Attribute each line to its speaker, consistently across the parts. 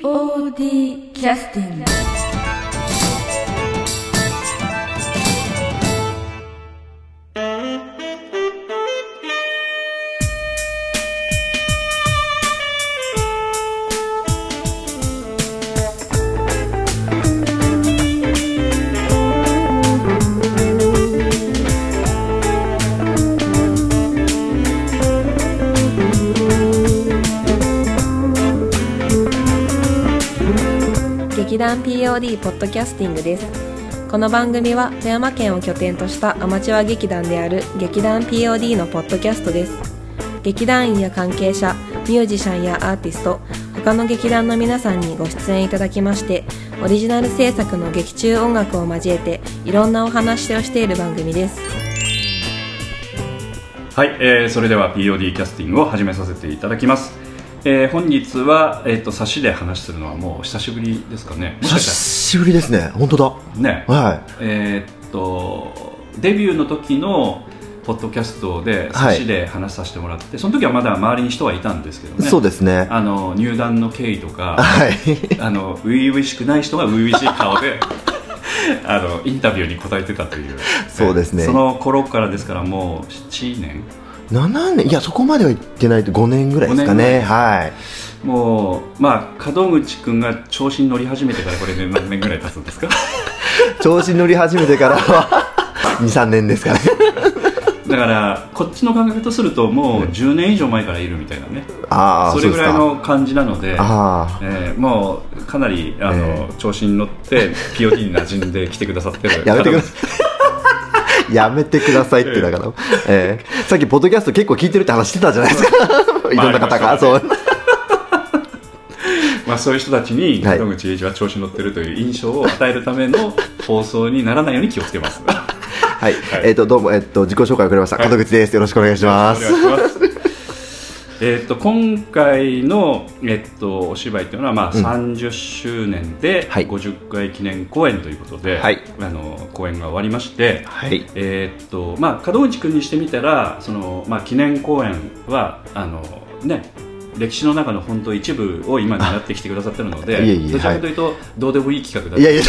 Speaker 1: POD キャスティング
Speaker 2: 劇団 POD ポッドキャスティングですこの番組は富山県を拠点としたアマチュア劇団である劇団 POD のポッドキャストです劇団員や関係者ミュージシャンやアーティスト他の劇団の皆さんにご出演いただきましてオリジナル制作の劇中音楽を交えていろんなお話をしている番組です
Speaker 3: はい、えーそれでは POD キャスティングを始めさせていただきます、えー本日は、えー、と差しで話するのはもう久しぶりですかねもしか
Speaker 4: 久
Speaker 3: し
Speaker 4: しぶりですね本当だ
Speaker 3: たらね
Speaker 4: は
Speaker 3: えーっとデビューの時のポッドキャストで差しで話させてもらって、その時はまだ周りに人はいたんですけど
Speaker 4: い、
Speaker 3: ね
Speaker 4: そうですね
Speaker 3: あの入団の経緯とか
Speaker 4: はい
Speaker 3: あの初々しくない人が初々しい顔であのインタビューに答えてたという
Speaker 4: そうですね
Speaker 3: その頃からですからもう7年
Speaker 4: 7年いやそこまでは行ってないと5年ぐらいですかねはい
Speaker 3: もうまあ門口君が調子に乗り始めてからこれで何年ぐらい経つんですか
Speaker 4: 調子に乗り始めてからは 23年で すかね
Speaker 3: だからこっちの感覚とするともう10年以上前からいるみたいなね
Speaker 4: ああ
Speaker 3: それぐらい
Speaker 4: そう
Speaker 3: の感じなので
Speaker 4: ですかああ
Speaker 3: えーもうかなりあの、
Speaker 4: え
Speaker 3: 調子に乗って POD に馴染んできてくださってる
Speaker 4: やめてくだ
Speaker 3: さ
Speaker 4: さ いやめてくださいってだから、ええさっきポッドキャスト結構聞いてるって話してたじゃないですか いろんな方
Speaker 3: まああ
Speaker 4: が
Speaker 3: りましたね
Speaker 4: そう
Speaker 3: い、まあ、そういう人たちに
Speaker 4: はい
Speaker 3: 門口英二は調子に乗ってるという印象を与えるための放送にならないように気をつけます
Speaker 4: はい、えっ、とどうもえっ、と自己紹介をくれました、
Speaker 3: はい
Speaker 4: 門口ですよろしくお願いしま
Speaker 3: お
Speaker 4: す
Speaker 3: 願いします。えっと今回の、えっとお芝居というのは、まあ
Speaker 4: うん
Speaker 3: 30周年で
Speaker 4: はい
Speaker 3: 50回記念公演ということで、
Speaker 4: はい
Speaker 3: あの公演が終わりまして、
Speaker 4: はい
Speaker 3: えっとまあ、門口君にしてみたらその、まあ、記念公演はあの、ね、歴史の中の本当一部を今狙ってきてくださってるので
Speaker 4: あいえいえ
Speaker 3: どちらかというと、どうでもいい企画だ
Speaker 4: いやいや、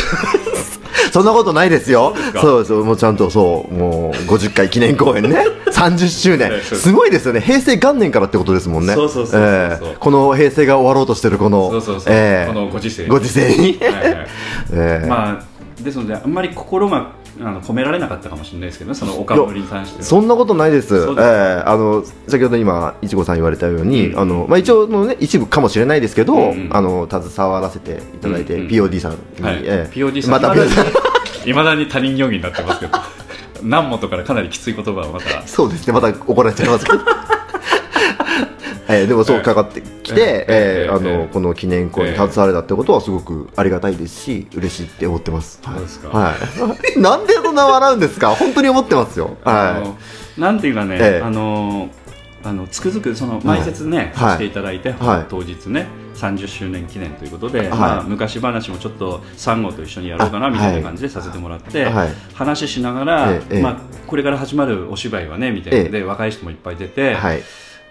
Speaker 4: そんなことないですよ
Speaker 3: す。か
Speaker 4: そうそう、もうちゃんとそう、もう50回記念公演 ね、30周
Speaker 3: ええそ
Speaker 4: 年、
Speaker 3: うです
Speaker 4: すごいですよね、平成元年からってことですもんね。
Speaker 3: そうそうそうそう
Speaker 4: ええこの平成が終わろうとしてるこの、
Speaker 3: そうそうそう、
Speaker 4: ええ
Speaker 3: このご時世
Speaker 4: ご時世 に。
Speaker 3: はいはい
Speaker 4: ええ
Speaker 3: まあ、ですので、あんまり心があの込められなかったかもしれないですけどね、そのおかぶりに関しては。
Speaker 4: そんなことないです、え
Speaker 3: そう
Speaker 4: え
Speaker 3: です
Speaker 4: あの先ほど今、いちごさん言われたように、
Speaker 3: うん
Speaker 4: あのまあ、一応の、ね、一部かもしれないですけど、
Speaker 3: うんうん
Speaker 4: あの携わらせていただいて、
Speaker 3: うんうん
Speaker 4: POD さんに、
Speaker 3: はい
Speaker 4: ええ
Speaker 3: POD さん
Speaker 4: ま た
Speaker 3: 未
Speaker 4: POD さん、
Speaker 3: いまだに他人行儀になってますけど、 何本からかなりきつい言葉をまた、
Speaker 4: そうですね、また怒られちゃいますけど。 えーでもそうかかってきて、
Speaker 3: ええ
Speaker 4: え
Speaker 3: ええ
Speaker 4: ーあ
Speaker 3: ええ
Speaker 4: のこの記念公演に携われたってことはすごくありがたいですし嬉しいって思ってます。はい
Speaker 3: そうですか
Speaker 4: はい、 なんでそんな笑うんですか。本当に思ってますよ。
Speaker 3: あ
Speaker 4: は
Speaker 3: のなんていうかね、
Speaker 4: ええ
Speaker 3: あのあのつくづくその前説ね、
Speaker 4: はい
Speaker 3: させていただいて、
Speaker 4: はい
Speaker 3: 当日ね、30周年記念ということで、
Speaker 4: い
Speaker 3: まあ、昔話もちょっとサンゴと一緒にやろうかな
Speaker 4: あ
Speaker 3: みたいな感じでさせてもらって、
Speaker 4: はい
Speaker 3: 話ししながら、
Speaker 4: ええええ
Speaker 3: まあ、これから始まるお芝居はねみたいなので、
Speaker 4: え
Speaker 3: 若い人もいっぱい出
Speaker 4: い
Speaker 3: て、
Speaker 4: はい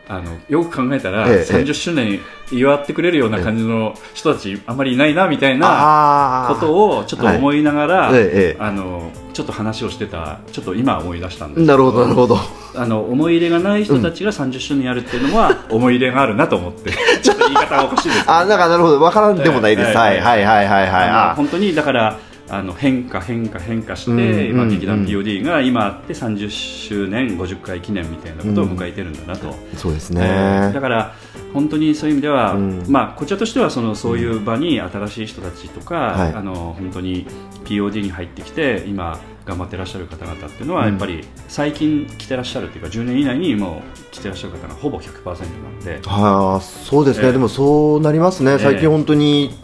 Speaker 3: あのよく考えたら、
Speaker 4: ええ
Speaker 3: 30周年祝ってくれるような感じの人たちあんまりいないなみたいなこ
Speaker 4: あー
Speaker 3: とをちょっと思いながら、
Speaker 4: はいええ
Speaker 3: あのちょっと話をしてたちょっと今思い出したんです
Speaker 4: なるほどなるほど。
Speaker 3: あの思い入れがない人たちが30周年やるっていうのは思い入れがあるなと思って ちょっと言い方がおかしいですけど
Speaker 4: あなんかなるほどわからんでもないで
Speaker 3: ええ
Speaker 4: す。はいはいはいはいは
Speaker 3: あ
Speaker 4: い。
Speaker 3: の
Speaker 4: あ
Speaker 3: 本当にだからあの変化変化変化して、
Speaker 4: うん
Speaker 3: まあ、
Speaker 4: うん
Speaker 3: 劇
Speaker 4: う
Speaker 3: 団
Speaker 4: ん
Speaker 3: POD が今あって30周年50回記念みたいなことを迎えてるんだなと。
Speaker 4: そうです
Speaker 3: えー
Speaker 4: ね
Speaker 3: だ。から本当にそういう意味では、
Speaker 4: うん
Speaker 3: まあ、こちらとしてはそのそういう場に新しい人たちとか、
Speaker 4: はい
Speaker 3: あの本当に POD に入ってきて今頑張ってらっしゃる方々っていうのは、
Speaker 4: うん
Speaker 3: やっぱり最近来てらっしゃるっていうか10年以内にもう来てらっしゃる方がほぼ100%なんで、
Speaker 4: はあそうですね、
Speaker 3: ええ
Speaker 4: でもそうなりますね、
Speaker 3: ええ
Speaker 4: 最近本当に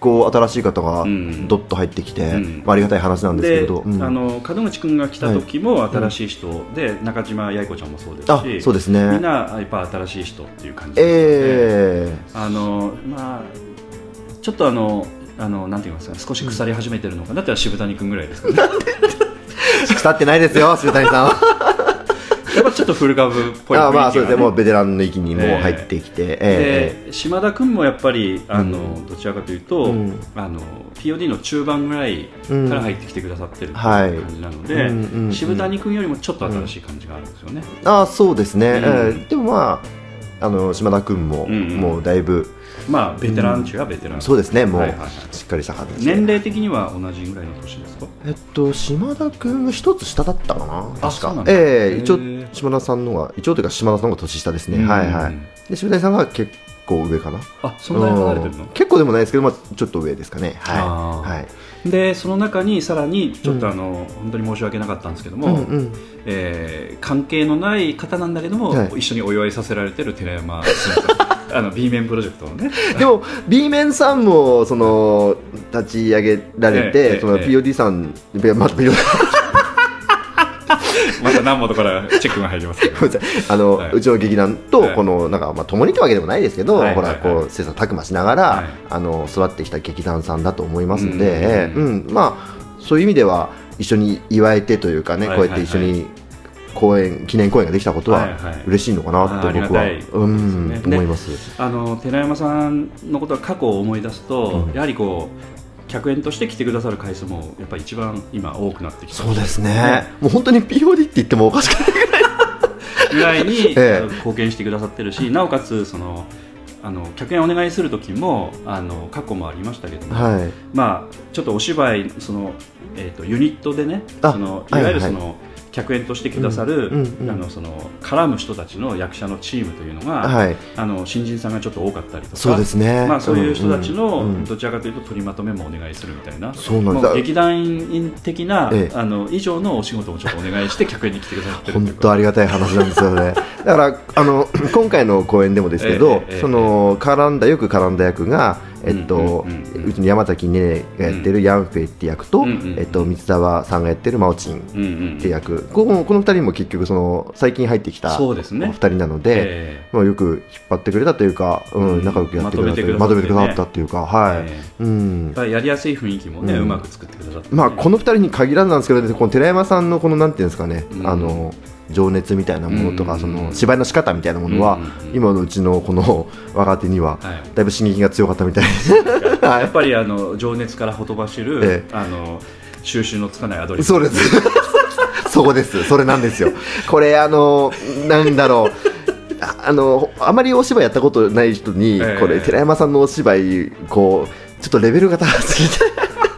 Speaker 4: こう新しい方が
Speaker 3: うん
Speaker 4: どっと入ってきて、
Speaker 3: うん
Speaker 4: まあ、ありがたい話なんですけ
Speaker 3: で
Speaker 4: れど、うん
Speaker 3: あの門口君が来た時も新しい人、で中島八重子ちゃんもそうですし
Speaker 4: あそうですね
Speaker 3: みんなやっぱ新しい人っていう感じですよね
Speaker 4: ええ
Speaker 3: あのまあちょっとあのあのなんて言いますか少し腐り始めてるのかな、だったら渋谷君ぐらいですかね
Speaker 4: 腐ってないですよ、渋谷さんは。
Speaker 3: やっぱちょっと古株っぽい雰
Speaker 4: あ
Speaker 3: 囲気が、
Speaker 4: あまあそうですねもうベテランの域にもう
Speaker 3: ええ
Speaker 4: 入ってきて、ええ
Speaker 3: で島田君もやっぱりあの、どちらかというと、
Speaker 4: うん
Speaker 3: あの POD の中盤ぐらいから入ってきてくださってる
Speaker 4: はい
Speaker 3: 感じなので、
Speaker 4: うんうんうん
Speaker 3: 渋谷君よりもちょっと新しい感じがあるんですよね、
Speaker 4: ああそうですね、
Speaker 3: うん
Speaker 4: ええでもまああの島田君も、
Speaker 3: うんうん
Speaker 4: もうだいぶ
Speaker 3: まあベテラン中はベテラン、
Speaker 4: そうですねもう、
Speaker 3: はいはいはい
Speaker 4: しっかりした感じで
Speaker 3: 年齢的には同じぐらいの年ですか
Speaker 4: えっと島田君が一つ下だったかな
Speaker 3: あ
Speaker 4: 確
Speaker 3: そうな
Speaker 4: か
Speaker 3: んだ
Speaker 4: ええ
Speaker 3: へえ
Speaker 4: 一応島田さんのが一応というか島田さんの方が年下ですね、
Speaker 3: うん
Speaker 4: はいはいで渋谷さんが結構上かな
Speaker 3: あそんなに離れてるの
Speaker 4: うん結構でもないですけど、まあ、ちょっと上ですかねはい
Speaker 3: あー
Speaker 4: はい
Speaker 3: でその中にさらにちょっとあの、本当に申し訳なかったんですけども、
Speaker 4: うんうん
Speaker 3: えー関係のない方なんだけども、
Speaker 4: はい
Speaker 3: 一緒にお祝いさせられてる寺山すみさ んあの B 面プロジェクトのね
Speaker 4: でも B 面さんもその立ち上げられ
Speaker 3: えええ
Speaker 4: て、
Speaker 3: え
Speaker 4: その
Speaker 3: ええ
Speaker 4: POD さん、いやまあ、POD
Speaker 3: また南本からチェックが入りますけど
Speaker 4: ごめんなさ いあの、
Speaker 3: はいう
Speaker 4: ちの劇団
Speaker 3: は
Speaker 4: と
Speaker 3: い
Speaker 4: このなんかまあ共にってわけでもないですけど、
Speaker 3: はい
Speaker 4: ほ
Speaker 3: は
Speaker 4: ら
Speaker 3: いはい
Speaker 4: こう切磋琢磨しながら、
Speaker 3: はい
Speaker 4: あの育ってきた劇団さんだと思いますの
Speaker 3: うんうん
Speaker 4: で、
Speaker 3: う
Speaker 4: うんまあそういう意味では一緒に祝えてというかね、
Speaker 3: はい
Speaker 4: こうやって一緒に公演記念公演ができたこと
Speaker 3: はい
Speaker 4: は
Speaker 3: はい
Speaker 4: 嬉しいのかな
Speaker 3: あー
Speaker 4: と僕は、
Speaker 3: ありがたい
Speaker 4: うん、
Speaker 3: ですね
Speaker 4: 思います。
Speaker 3: あの寺山さんのことは過去を思い出すと、
Speaker 4: うん
Speaker 3: やはりこう客演として来てくださる回数もやっぱり一番今多くなってきた
Speaker 4: そうですね。もう本当に POD って言ってもおかしくない。
Speaker 3: ぐらいに、
Speaker 4: ええ
Speaker 3: 貢献してくださってるしなおかつそのあの客演お願いする時もあの過去 もありましたけども、
Speaker 4: はい。
Speaker 3: まあ、ちょっとお芝居その、えー、とユニットでね
Speaker 4: あ
Speaker 3: そのい
Speaker 4: はい
Speaker 3: わゆ
Speaker 4: はい
Speaker 3: るその、客演としてくださる、
Speaker 4: うんうんうん
Speaker 3: あのその絡む人たちの役者のチームというのが、
Speaker 4: はい。
Speaker 3: あの新人さんがちょっと多かったりとか
Speaker 4: そうですね。
Speaker 3: まあ、そういう人たち
Speaker 4: うんう
Speaker 3: の
Speaker 4: ん
Speaker 3: どちらかというと取りまとめもお願いするみたいな、
Speaker 4: そうなんです
Speaker 3: もう劇団員的な、
Speaker 4: ええ
Speaker 3: あの以上のお仕事をちょっとお願いして客演に来てくださってるっ
Speaker 4: 本
Speaker 3: ていう
Speaker 4: 当ありがたい話なんですよ ねだからあの今回の公演でもですけど、
Speaker 3: ええええ
Speaker 4: その絡んだよく絡んだ役が、えっと
Speaker 3: う
Speaker 4: うん
Speaker 3: うんうんうん
Speaker 4: ちの山崎ねねがやってるヤンフェイって役と、
Speaker 3: うんうんうん
Speaker 4: えっと、水沢さんがやってるマオチン
Speaker 3: うんうん
Speaker 4: って役、このこの2人も結局その最近入ってきた
Speaker 3: そ
Speaker 4: お
Speaker 3: うですね
Speaker 4: 二人なので。
Speaker 3: ええ
Speaker 4: まあよく引っ張ってくれたというか、うん
Speaker 3: うん
Speaker 4: 仲良くやってくれたというか
Speaker 3: ま
Speaker 4: ま
Speaker 3: と
Speaker 4: と
Speaker 3: めて
Speaker 4: めて
Speaker 3: く
Speaker 4: く
Speaker 3: ださっ
Speaker 4: ださってたっていうか、はい、
Speaker 3: え
Speaker 4: うん
Speaker 3: やっ、ぱりやりやすい雰囲気もね、
Speaker 4: う
Speaker 3: うんまく作ってくださって、
Speaker 4: まあ、この二人に限らずなんですけどね、この寺山さんのこのなんていうんですかね、
Speaker 3: うん
Speaker 4: あの情熱みたいなものとか、
Speaker 3: うん
Speaker 4: その芝居の仕方みたいなものは、
Speaker 3: うん
Speaker 4: 今のうちのこの 若手には、
Speaker 3: はい
Speaker 4: だいぶ刺激が強かったみたいです。
Speaker 3: やっぱりあの情熱からほとばしる、
Speaker 4: え
Speaker 3: あの収拾のつかないアドリブ
Speaker 4: そうです。 そこです。それなんですよ。これ、あの、なんだろう。ああのあまりお芝居やったことない人に、
Speaker 3: ええ
Speaker 4: これ寺山さんのお芝居こうちょっとレベルが高すぎて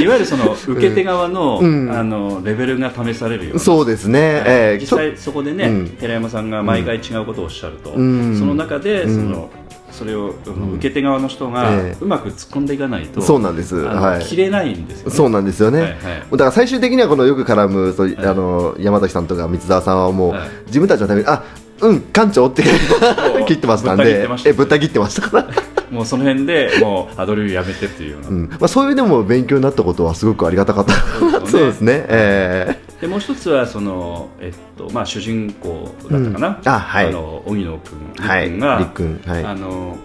Speaker 3: いわゆるその受け手側の,、
Speaker 4: うん
Speaker 3: あのレベルが試されるような
Speaker 4: そうですね、ええ
Speaker 3: 実
Speaker 4: ちょ
Speaker 3: 際そこでね、
Speaker 4: うん
Speaker 3: 寺山さんが毎回違うことをおっしゃると、
Speaker 4: ん
Speaker 3: その中で
Speaker 4: う
Speaker 3: そ
Speaker 4: ん
Speaker 3: の、それをあの受け手側の人が
Speaker 4: ええ
Speaker 3: うまく突っ込んでいかないと、
Speaker 4: そうなんです、
Speaker 3: あの
Speaker 4: はい、
Speaker 3: 切れないんですよね。
Speaker 4: そうなんですよね、
Speaker 3: はいはい
Speaker 4: だから最終的にはこのよく絡むそ
Speaker 3: は
Speaker 4: う、
Speaker 3: い
Speaker 4: あの山崎さんとか三沢さんはもう、
Speaker 3: はい
Speaker 4: 自分たちのためにあうん館長っ て
Speaker 3: う
Speaker 4: 切ってましたんで
Speaker 3: ぶった切ってました
Speaker 4: えぶった切ってましたから、
Speaker 3: もうその辺でもうアドリブやめてっていうような、
Speaker 4: うんまあ、そういうでも勉強になったことはすごくありがたかった
Speaker 3: そ
Speaker 4: そうう
Speaker 3: で
Speaker 4: ですすねえ
Speaker 3: でもう一つはその、えっとまあ、主人公だったかな、
Speaker 4: うんあはい
Speaker 3: の荻野君
Speaker 4: えはい
Speaker 3: 君が、
Speaker 4: りっくんはい
Speaker 3: あの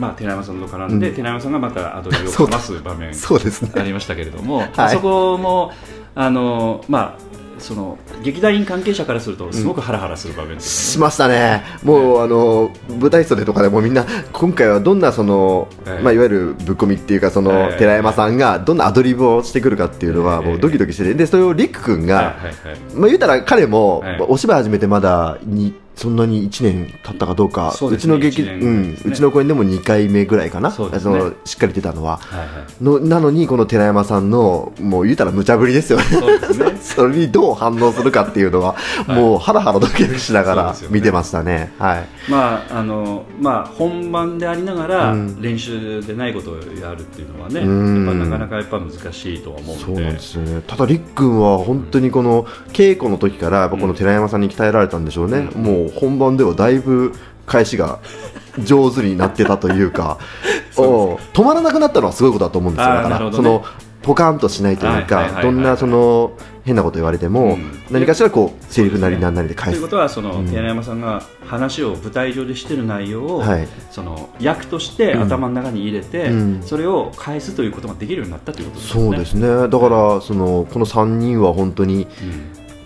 Speaker 3: まあ、寺山さんと絡んで、
Speaker 4: うん
Speaker 3: 寺山さんがまたアドリブをかます場面
Speaker 4: そうですね
Speaker 3: ありましたけれど も、あそこもあの、まあ、その劇団員関係者からするとすごくハラハラする場面です
Speaker 4: し
Speaker 3: よね、
Speaker 4: ましたね、もう、あの舞台袖とかでもみんな、今回はどんなその、
Speaker 3: ええ
Speaker 4: まあ、いわゆるぶっ込みっていうか、その、
Speaker 3: ええ
Speaker 4: 寺山さんがどんなアドリブをしてくるかっていうのは、
Speaker 3: ええ
Speaker 4: もうドキドキしてて、でそれをりく君が、
Speaker 3: はいはいはい
Speaker 4: まあ、言うたら彼も、
Speaker 3: はい
Speaker 4: まあお芝居始めてまだにそんなに1年経ったかどうか
Speaker 3: そうです
Speaker 4: ち
Speaker 3: ね
Speaker 4: の劇、
Speaker 3: 一年ぐらいですね
Speaker 4: うん、うちの公演でも2回目ぐらいかな
Speaker 3: そうです
Speaker 4: そ
Speaker 3: ね
Speaker 4: のしっかり出たのは
Speaker 3: はいはい
Speaker 4: のなのにこの寺山さんのもう言うたら無茶ぶりですよね
Speaker 3: そうですね
Speaker 4: それにどう反応するかっていうのは、
Speaker 3: い
Speaker 4: もうハラハラドキドキしなが
Speaker 3: そう
Speaker 4: ら
Speaker 3: ですよね
Speaker 4: 見てましたねはい
Speaker 3: まああのまあ、本番でありながら、
Speaker 4: うん
Speaker 3: 練習でないことをやるっていうのはね、
Speaker 4: うん
Speaker 3: やっぱなかなかやっぱ難しいとは思う
Speaker 4: そ
Speaker 3: の
Speaker 4: う
Speaker 3: で
Speaker 4: なんですよねただりっくんは本当にこの稽古の時からやっぱこの寺山さんに鍛えられたんでしょうね、
Speaker 3: う
Speaker 4: もう本番ではだいぶ返しが上手になってたという かおう止まらなくなったのはすごいことだと思うんですよ
Speaker 3: あー
Speaker 4: だか
Speaker 3: な
Speaker 4: ら、
Speaker 3: るほど
Speaker 4: そ
Speaker 3: ね
Speaker 4: のポカンとしないという
Speaker 3: はいはいはいは
Speaker 4: か
Speaker 3: い
Speaker 4: どんなその変なこと言われても、
Speaker 3: うん
Speaker 4: 何かしらこうセリフなりなんなりで
Speaker 3: と
Speaker 4: 返
Speaker 3: いう
Speaker 4: す
Speaker 3: ことはその、
Speaker 4: うん
Speaker 3: 寺山さんが話を舞台上でしてる内容を、
Speaker 4: はい
Speaker 3: その役として
Speaker 4: うん
Speaker 3: 頭の中に入れて、
Speaker 4: うん
Speaker 3: それを返すということができるようになったということですね。
Speaker 4: そうですねだからそのこの3人は本当に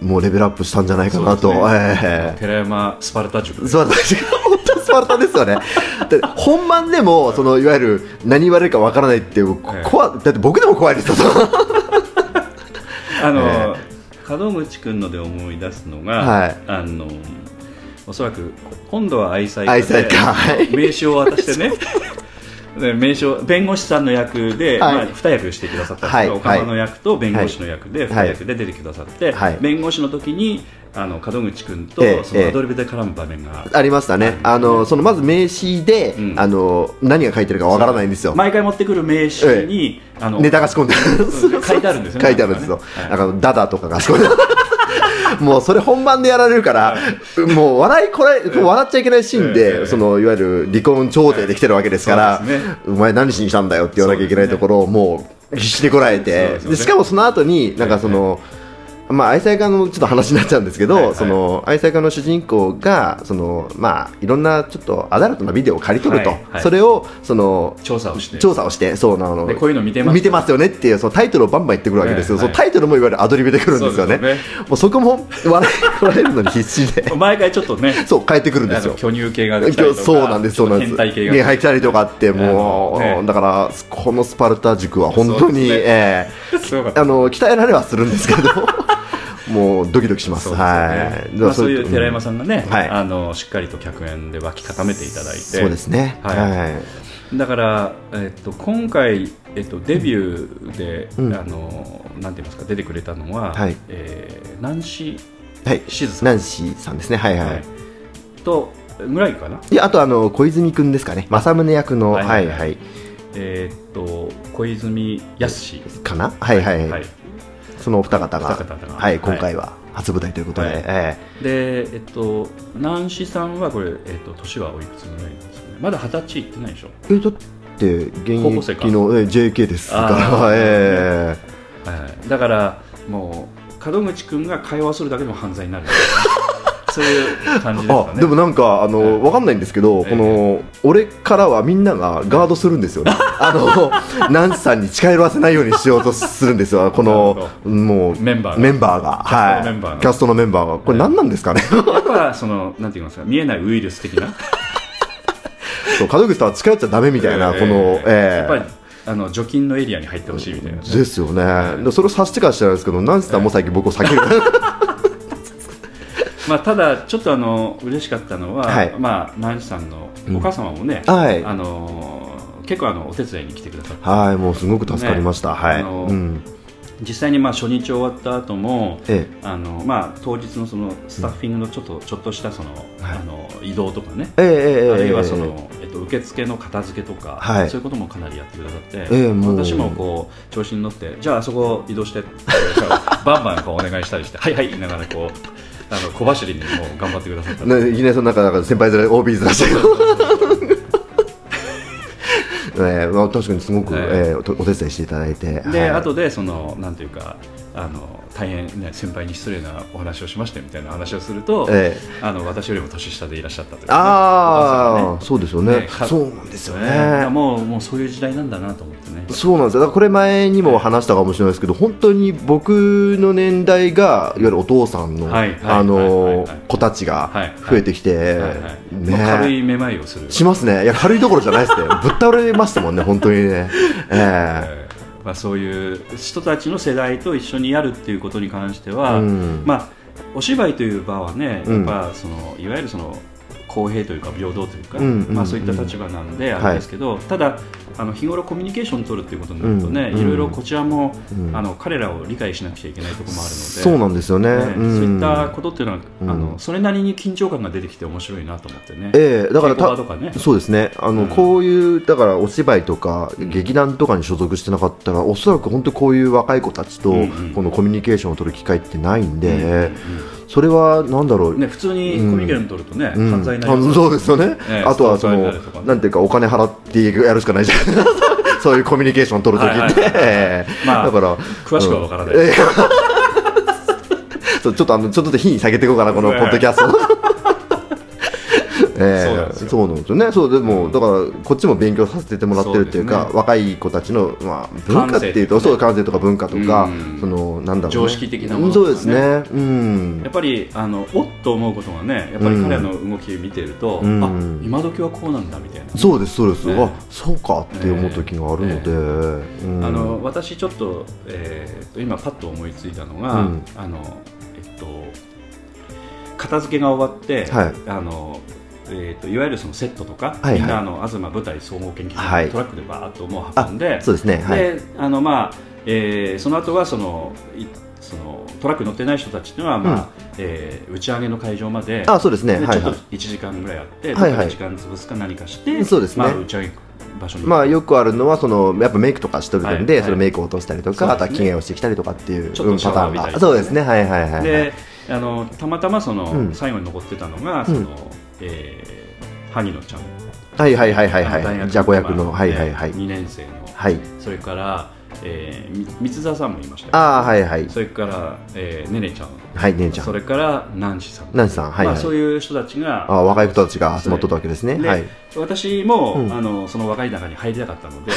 Speaker 3: うん
Speaker 4: もうレベルアップしたんじゃないかな
Speaker 3: そ
Speaker 4: と、
Speaker 3: うですね
Speaker 4: え
Speaker 3: 寺山スパルタ塾
Speaker 4: えスパルタ本当スパルタですよねだって本番でもそのいわゆる何言われるかわからないっていうこ
Speaker 3: ええ
Speaker 4: 怖だって僕でも怖いですよその
Speaker 3: あの、
Speaker 4: え
Speaker 3: 門口君ので思い出すのが、
Speaker 4: はい
Speaker 3: あのおそらく今度は愛妻
Speaker 4: 愛
Speaker 3: 家
Speaker 4: 妻
Speaker 3: で
Speaker 4: 家はい
Speaker 3: 名刺を渡 してねで名刺を弁護士さんの役で、
Speaker 4: はい
Speaker 3: まあ、2役してくださったんですけど、
Speaker 4: は
Speaker 3: お
Speaker 4: い
Speaker 3: かまの役と弁護士の役で
Speaker 4: は
Speaker 3: 2
Speaker 4: い
Speaker 3: 役で出てくださって、
Speaker 4: はい
Speaker 3: 弁護士の時にあの門口君と、
Speaker 4: ええ
Speaker 3: そのアドリブで絡む場面が、
Speaker 4: ありましたねあのそのまず名刺で、
Speaker 3: うん
Speaker 4: あの何が書いてるかわからないんですよ
Speaker 3: 毎回持ってくる名刺に、あの
Speaker 4: ネタが仕込んである
Speaker 3: 書いてあるんですよね
Speaker 4: 書いてあるんですよ
Speaker 3: はい
Speaker 4: なんかダダとかが仕込んである もうそれ本番でやられるから、もう笑いこらえもう笑っちゃいけないシーン
Speaker 3: え
Speaker 4: で、
Speaker 3: え
Speaker 4: そのいわゆる離婚調停できてるわけですから、
Speaker 3: そうですね
Speaker 4: お前何しに来たんだよって言わなきゃいけないところをもう必死でこらえ
Speaker 3: そう
Speaker 4: て
Speaker 3: ですよね
Speaker 4: でしかもその後になんかその、まあ、愛妻家のちょっと話になっちゃうんですけど、
Speaker 3: はいはい
Speaker 4: その愛妻家の主人公がその、まあ、いろんなちょっとアダルトなビデオを借り取ると、
Speaker 3: はいはい
Speaker 4: それをその
Speaker 3: 調査をして
Speaker 4: 調査をしてそうなの
Speaker 3: でこういうの見てます
Speaker 4: 見てますよねっていうそのタイトルをバンバン言ってくるわけですよ、
Speaker 3: ええはい
Speaker 4: そのタイトルもいわゆるアドリブでくるんですよね
Speaker 3: そうです
Speaker 4: もうそこも笑いこらえるのに必死 で
Speaker 3: 毎回ちょっとね
Speaker 4: そう変えてくるんで
Speaker 3: あ
Speaker 4: す
Speaker 3: の
Speaker 4: よ
Speaker 3: 巨乳系が来たりとか
Speaker 4: そうなんですそうなんです
Speaker 3: ちょっと変態系が来
Speaker 4: ね
Speaker 3: たり
Speaker 4: 入ったりとかあってもう、
Speaker 3: あのね
Speaker 4: だからこのスパルタ塾は本当
Speaker 3: そうで
Speaker 4: に、
Speaker 3: すね
Speaker 4: え
Speaker 3: とかすごかっ
Speaker 4: え
Speaker 3: た
Speaker 4: あの鍛えられはするんですけど もうドキドキします
Speaker 3: そうですよね
Speaker 4: はい
Speaker 3: まあ、そういう寺山さ
Speaker 4: ん
Speaker 3: んがね、
Speaker 4: はい
Speaker 3: あのしっかりと客演で脇固めていただいて
Speaker 4: そうですねは、
Speaker 3: はいいだから、えっと、今回、えっと、デビューで、
Speaker 4: うん
Speaker 3: あのなんて言いますか出てくれたのは、
Speaker 4: はい
Speaker 3: えーナンシ
Speaker 4: はい、
Speaker 3: ー静さ
Speaker 4: ナ
Speaker 3: ん、
Speaker 4: ンシーさんですねはいはい、
Speaker 3: はいとぐらいかな、
Speaker 4: いやあとあの小泉君ですかね政宗役のは
Speaker 3: はいい
Speaker 4: は、
Speaker 3: はいいはいえーっと小泉康
Speaker 4: かなはいはいはい、そのお二方が
Speaker 3: お二方が
Speaker 4: はい、
Speaker 3: はい
Speaker 4: 今回は初舞台ということで、
Speaker 3: はい
Speaker 4: え
Speaker 3: でえっとナンシーさんはこれ、えっと、年はおいくつぐらいなんですかねまだ二十歳いってないでしょ、
Speaker 4: ええだって
Speaker 3: 高校生
Speaker 4: 現
Speaker 3: か
Speaker 4: 役の、ええ JK ですから
Speaker 3: あー
Speaker 4: ええ
Speaker 3: はいはい、だからもう門口君が会話するだけでも犯罪に なるそういう感じですか
Speaker 4: あ
Speaker 3: ね
Speaker 4: でもなんかあの、
Speaker 3: はい
Speaker 4: わかんないんですけど、
Speaker 3: ええ
Speaker 4: この俺からはみんながガードするんですよ ね、あのナンシさんに近寄らせないようにしようとするんで すよこ
Speaker 3: なる
Speaker 4: の
Speaker 3: ほ
Speaker 4: もう
Speaker 3: メンバーが
Speaker 4: メンバーがはい
Speaker 3: キャストのメンバーが
Speaker 4: キャストのメンバーがこれ何なんですかね、
Speaker 3: やっぱそのなんて言いますか見えないウイルス的な
Speaker 4: そう門口さんは近寄っちゃダメみたいな、この、
Speaker 3: や
Speaker 4: え
Speaker 3: っ
Speaker 4: え
Speaker 3: ぱりあの除菌のエリアに入ってほしいみたいなね、
Speaker 4: ですよね、でそれを察してから知らないですけど、ナンシさんも最近僕を避ける、
Speaker 3: まあ、ただちょっとあの嬉しかったのは、
Speaker 4: はい
Speaker 3: まあナンシさんのお母様もね、
Speaker 4: うんはい
Speaker 3: あのー結構あのお手伝いに来てくださって
Speaker 4: はい、もうすごく助かりました、
Speaker 3: ね
Speaker 4: はい、
Speaker 3: あの
Speaker 4: うん、
Speaker 3: 実際にまあ初日終わった後も、
Speaker 4: え
Speaker 3: あのまあ当日のそのスタッフィングのちょっと、ちょっとしたその、あの移動とかね、
Speaker 4: ええええええ
Speaker 3: あるいはそ
Speaker 4: ええ
Speaker 3: の、えっと、受付の片付けとか、
Speaker 4: はい
Speaker 3: そういうこともかなりやってくださって、
Speaker 4: ええもう
Speaker 3: 私もこう調子に乗ってじゃああそこ移動して ってじゃあバンバンこうお願いしたりしてはいはい言いながらこうあの小走りにもう頑張ってくださった
Speaker 4: ね、いきなりそのなんかなんか先輩ずら OB ずらして ええまあ、確かにすごく、
Speaker 3: はい
Speaker 4: ええおお手伝いしていただいて、
Speaker 3: で、
Speaker 4: はい
Speaker 3: 後でそのなんていうかあの大変、ね、先輩に失礼なお話をしましたよみたいな話をすると、
Speaker 4: え
Speaker 3: あの私よりも年下でいらっしゃったというね、お母さんが
Speaker 4: あ
Speaker 3: ね
Speaker 4: あ、そうですよね
Speaker 3: ねか
Speaker 4: そうなんですよ
Speaker 3: ねだから
Speaker 4: ね。
Speaker 3: もうもうそういう時代なんだなと思ってね
Speaker 4: そうなんですよだからこれ前にも話したかもしれないですけど本当に僕の年代がいわゆるお父さんの
Speaker 3: はいはい
Speaker 4: あ
Speaker 3: はいは
Speaker 4: の
Speaker 3: いはい
Speaker 4: 子たち
Speaker 3: はい
Speaker 4: が増えてきて
Speaker 3: はいはいもう軽
Speaker 4: ね
Speaker 3: いめまいをする
Speaker 4: しますねいや軽いどころじゃない ですねぶっ倒れましたもんね本当にね
Speaker 3: え
Speaker 4: え
Speaker 3: ーまあ、そういう人たちの世代と一緒にやるっていうことに関しては、
Speaker 4: うん
Speaker 3: まあ、お芝居という場はね、
Speaker 4: うん
Speaker 3: やっぱそのいわゆるその公平というか平等というか、
Speaker 4: うんうんうん
Speaker 3: まあ、そういった立場なんであれですけど、ただあの日頃コミュニケーション取るっていうことになるとね、
Speaker 4: うんうん
Speaker 3: いろいろこちらも、
Speaker 4: うん
Speaker 3: あの彼らを理解しなくちゃいけないところもあるので。
Speaker 4: そうなんですよね
Speaker 3: ね
Speaker 4: ん
Speaker 3: そういったことっていうのは、
Speaker 4: うん
Speaker 3: あのそれなりに緊張感が出てきて面白いなと思ってね。
Speaker 4: ええだか
Speaker 3: 稽
Speaker 4: ら
Speaker 3: 古場
Speaker 4: た
Speaker 3: とかね
Speaker 4: そうですねあの、
Speaker 3: うん
Speaker 4: こういうだからお芝居とか劇団とかに所属してなかったらおそらく本当こういう若い子たちと、
Speaker 3: うんうん
Speaker 4: このコミュニケーションを取る機会ってないんで、
Speaker 3: うんうん
Speaker 4: それはなんだろ
Speaker 3: う
Speaker 4: う、
Speaker 3: んね、普通にコミュニケーション取るとね、
Speaker 4: うん
Speaker 3: 犯罪になります
Speaker 4: あそうですよね、
Speaker 3: ええ
Speaker 4: あとはそ
Speaker 3: ストーカ
Speaker 4: の
Speaker 3: ーになるとかね
Speaker 4: なんていうかお金払ってやるしかないじ ゃんそういうコミュニケーションを取るとき
Speaker 3: はいはい
Speaker 4: っ
Speaker 3: はい
Speaker 4: てええ
Speaker 3: まあ
Speaker 4: だから
Speaker 3: 詳しくは分からない
Speaker 4: ええ そうちょっとあのちょっとずつ品位下げていこうかなこのポッドキャスト
Speaker 3: そ
Speaker 4: え
Speaker 3: うなん
Speaker 4: え
Speaker 3: ですよ
Speaker 4: そうなんですよねそうでもだからこっちも勉強させてもらってるっていう
Speaker 3: そう
Speaker 4: か
Speaker 3: です
Speaker 4: 若い子たちの、まあ、文化っていうと
Speaker 3: 感性とかね
Speaker 4: そう感性とか文化とか
Speaker 3: うん
Speaker 4: そのなんだろうね
Speaker 3: 常識的なものと
Speaker 4: そう
Speaker 3: かね
Speaker 4: ですねうん
Speaker 3: やっぱりあのおっと思うことがねやっぱり彼らの動き見てると、
Speaker 4: うん
Speaker 3: あ今時はこうなんだみたいな、
Speaker 4: そうですそうです、
Speaker 3: ね
Speaker 4: あそうかって思う時があるので、うん
Speaker 3: あの私ちょっと,、えーと今パッと思いついたのが、
Speaker 4: うん
Speaker 3: あのえっと片付けが終わって、
Speaker 4: はい
Speaker 3: あのえー、といわゆるそのセットとか、
Speaker 4: はいはい
Speaker 3: みんなあの東舞台総合研究所の
Speaker 4: はい
Speaker 3: トラックでバーっともう運んで,、
Speaker 4: そうですねはい
Speaker 3: であのまあえーその後はそのいそのトラック乗ってない人たちっていうのは、まあ
Speaker 4: うん
Speaker 3: えー打ち上げの会場まで
Speaker 4: あそうですね
Speaker 3: で
Speaker 4: はい
Speaker 3: ちょ
Speaker 4: は
Speaker 3: っ
Speaker 4: い
Speaker 3: と1時間ぐらいあって、
Speaker 4: はい
Speaker 3: どっ
Speaker 4: は
Speaker 3: か
Speaker 4: い
Speaker 3: で時間潰すか何かして、
Speaker 4: そうですね
Speaker 3: まあ、打ち上げ場所に、
Speaker 4: まあ、よくあるのはそのやっぱメイクとかしてるんで、
Speaker 3: はいはい
Speaker 4: そのメイクを落としたりとか、
Speaker 3: そうですね
Speaker 4: あとは着替えをしてきたりとかっていう
Speaker 3: ちょっと
Speaker 4: うんパターン
Speaker 3: シャワー浴びたり
Speaker 4: が
Speaker 3: とかね
Speaker 4: そうですねはいはいはいはい
Speaker 3: であのたまたまその、
Speaker 4: うん
Speaker 3: 最後に残ってたのがその、えー萩野ちゃん、
Speaker 4: はいはいはいはい
Speaker 3: あの大
Speaker 4: は
Speaker 3: 学
Speaker 4: いじゃこ役の
Speaker 3: まあ
Speaker 4: はいはいはい
Speaker 3: えー2年生の、
Speaker 4: はい
Speaker 3: それから、えーみ、三沢さんもいましたよ
Speaker 4: ああはいはい
Speaker 3: それから、えーねねちゃん
Speaker 4: はい姉ちゃ
Speaker 3: そ
Speaker 4: ん
Speaker 3: れから南地さん
Speaker 4: ナンシさんはい
Speaker 3: ま
Speaker 4: は
Speaker 3: あ、
Speaker 4: い
Speaker 3: そういう人たちが
Speaker 4: あ若い人たちが集まっとったわけですね
Speaker 3: で
Speaker 4: はい
Speaker 3: 私も、
Speaker 4: うん
Speaker 3: あのその若い中に入りたかったので、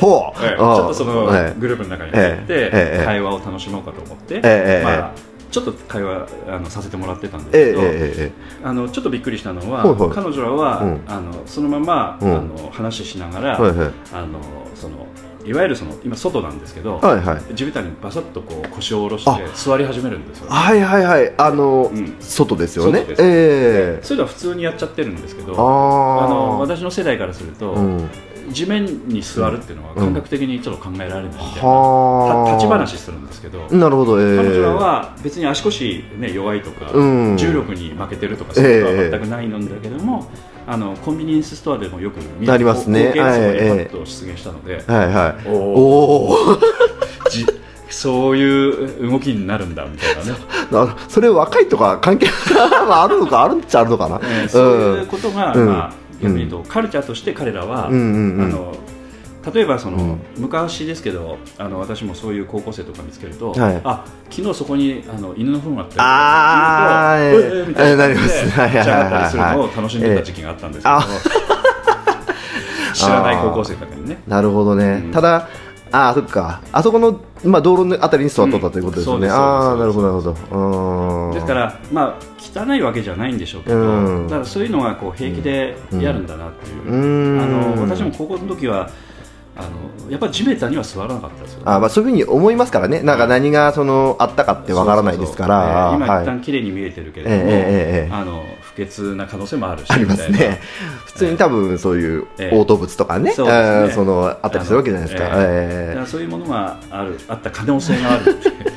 Speaker 4: ほう
Speaker 3: ええち
Speaker 4: あー
Speaker 3: ょっとその
Speaker 4: ええ
Speaker 3: グループの中に入っ
Speaker 4: え
Speaker 3: て
Speaker 4: えええ
Speaker 3: 会話を楽しもうかと思って、
Speaker 4: ええ
Speaker 3: まあ、ちょっと会話あのさせてもらってたんです
Speaker 4: ええ
Speaker 3: けど、
Speaker 4: えええ
Speaker 3: あのちょっとびっくりしたのは、
Speaker 4: はいはい
Speaker 3: 彼女らは、
Speaker 4: うん
Speaker 3: あのそのまま、
Speaker 4: うん
Speaker 3: あの話ししながら、
Speaker 4: えはいはい
Speaker 3: あのそのいわゆるその今外なんですけど、
Speaker 4: はいはい
Speaker 3: 地べたにバサッとこう腰を下ろして座り始めるんですよ。
Speaker 4: はいはいはいあの
Speaker 3: うん
Speaker 4: 外ですよね
Speaker 3: 外です
Speaker 4: ええ
Speaker 3: そういうのは普通にやっちゃってるんですけど、あの
Speaker 4: あ
Speaker 3: 私の世代からすると、
Speaker 4: あうん
Speaker 3: 地面に座るっていうのは
Speaker 4: うん
Speaker 3: 感覚的にちょっと考えられないみたいな、
Speaker 4: は
Speaker 3: た
Speaker 4: あ
Speaker 3: 立ち話するんですけど、
Speaker 4: なるほどええ
Speaker 3: 彼女らは別に足腰、ね、弱いとか、
Speaker 4: うん
Speaker 3: 重力に負けてるとかそういうことは全くないんだけども、あのコンビニエンスストアでもよく見
Speaker 4: なりますね
Speaker 3: 光景
Speaker 4: はい
Speaker 3: がパッと出現したので、
Speaker 4: はいはい
Speaker 3: おー
Speaker 4: おお
Speaker 3: じそういう動きになるんだみたいなね、
Speaker 4: あそれ若いとか関係 まああるのかあるっちゃあるのかな、
Speaker 3: えーそういうことが、
Speaker 4: うん
Speaker 3: まあ、逆に言うと、カルチャーとして彼らは、
Speaker 4: うんうんうん
Speaker 3: あの例えばその、
Speaker 4: うん
Speaker 3: 昔ですけどあの私もそういう高校生とか見つけると、
Speaker 4: はい
Speaker 3: あ昨日そこにあの犬の糞があったよ
Speaker 4: あー
Speaker 3: って言うと
Speaker 4: えー
Speaker 3: みたいな
Speaker 4: えーなります
Speaker 3: で
Speaker 4: はいはいはいはい
Speaker 3: じゃああったりするのを楽しんでた時期があったんです けど、知らない高校生とかにね。
Speaker 4: なるほどね、
Speaker 3: うん
Speaker 4: ただああそっかあそこの、まあ、道路のあたりに座っとったということですよね、
Speaker 3: うんそうです
Speaker 4: ああ
Speaker 3: そ
Speaker 4: な
Speaker 3: うで
Speaker 4: る
Speaker 3: す
Speaker 4: ほどなるほどうーん
Speaker 3: ですから、まあ、汚いわけじゃないんでしょうけど、
Speaker 4: うん
Speaker 3: ただそういうのがこう平気でやるんだなっていう、
Speaker 4: うん
Speaker 3: あの私も高校の時はあのやっぱり地べたには座らなかったですよ、
Speaker 4: あーまあ、そういうふうに思いますからね、なんか何がそのあったかってわからないですか
Speaker 3: そ
Speaker 4: ら、
Speaker 3: うそうそうえー今一
Speaker 4: はい
Speaker 3: 旦綺麗に見えてるけれど
Speaker 4: え
Speaker 3: も、
Speaker 4: えええええ
Speaker 3: あの不潔な可能性もあるし
Speaker 4: あります
Speaker 3: みたいな
Speaker 4: ね、普通に多分そういう
Speaker 3: ええ
Speaker 4: 応答物とかね、
Speaker 3: そうですね
Speaker 4: あーそのあったりするわけじゃないですか、
Speaker 3: あのえだ
Speaker 4: え
Speaker 3: か
Speaker 4: え
Speaker 3: らそういうものがあるあった可能性があるっていう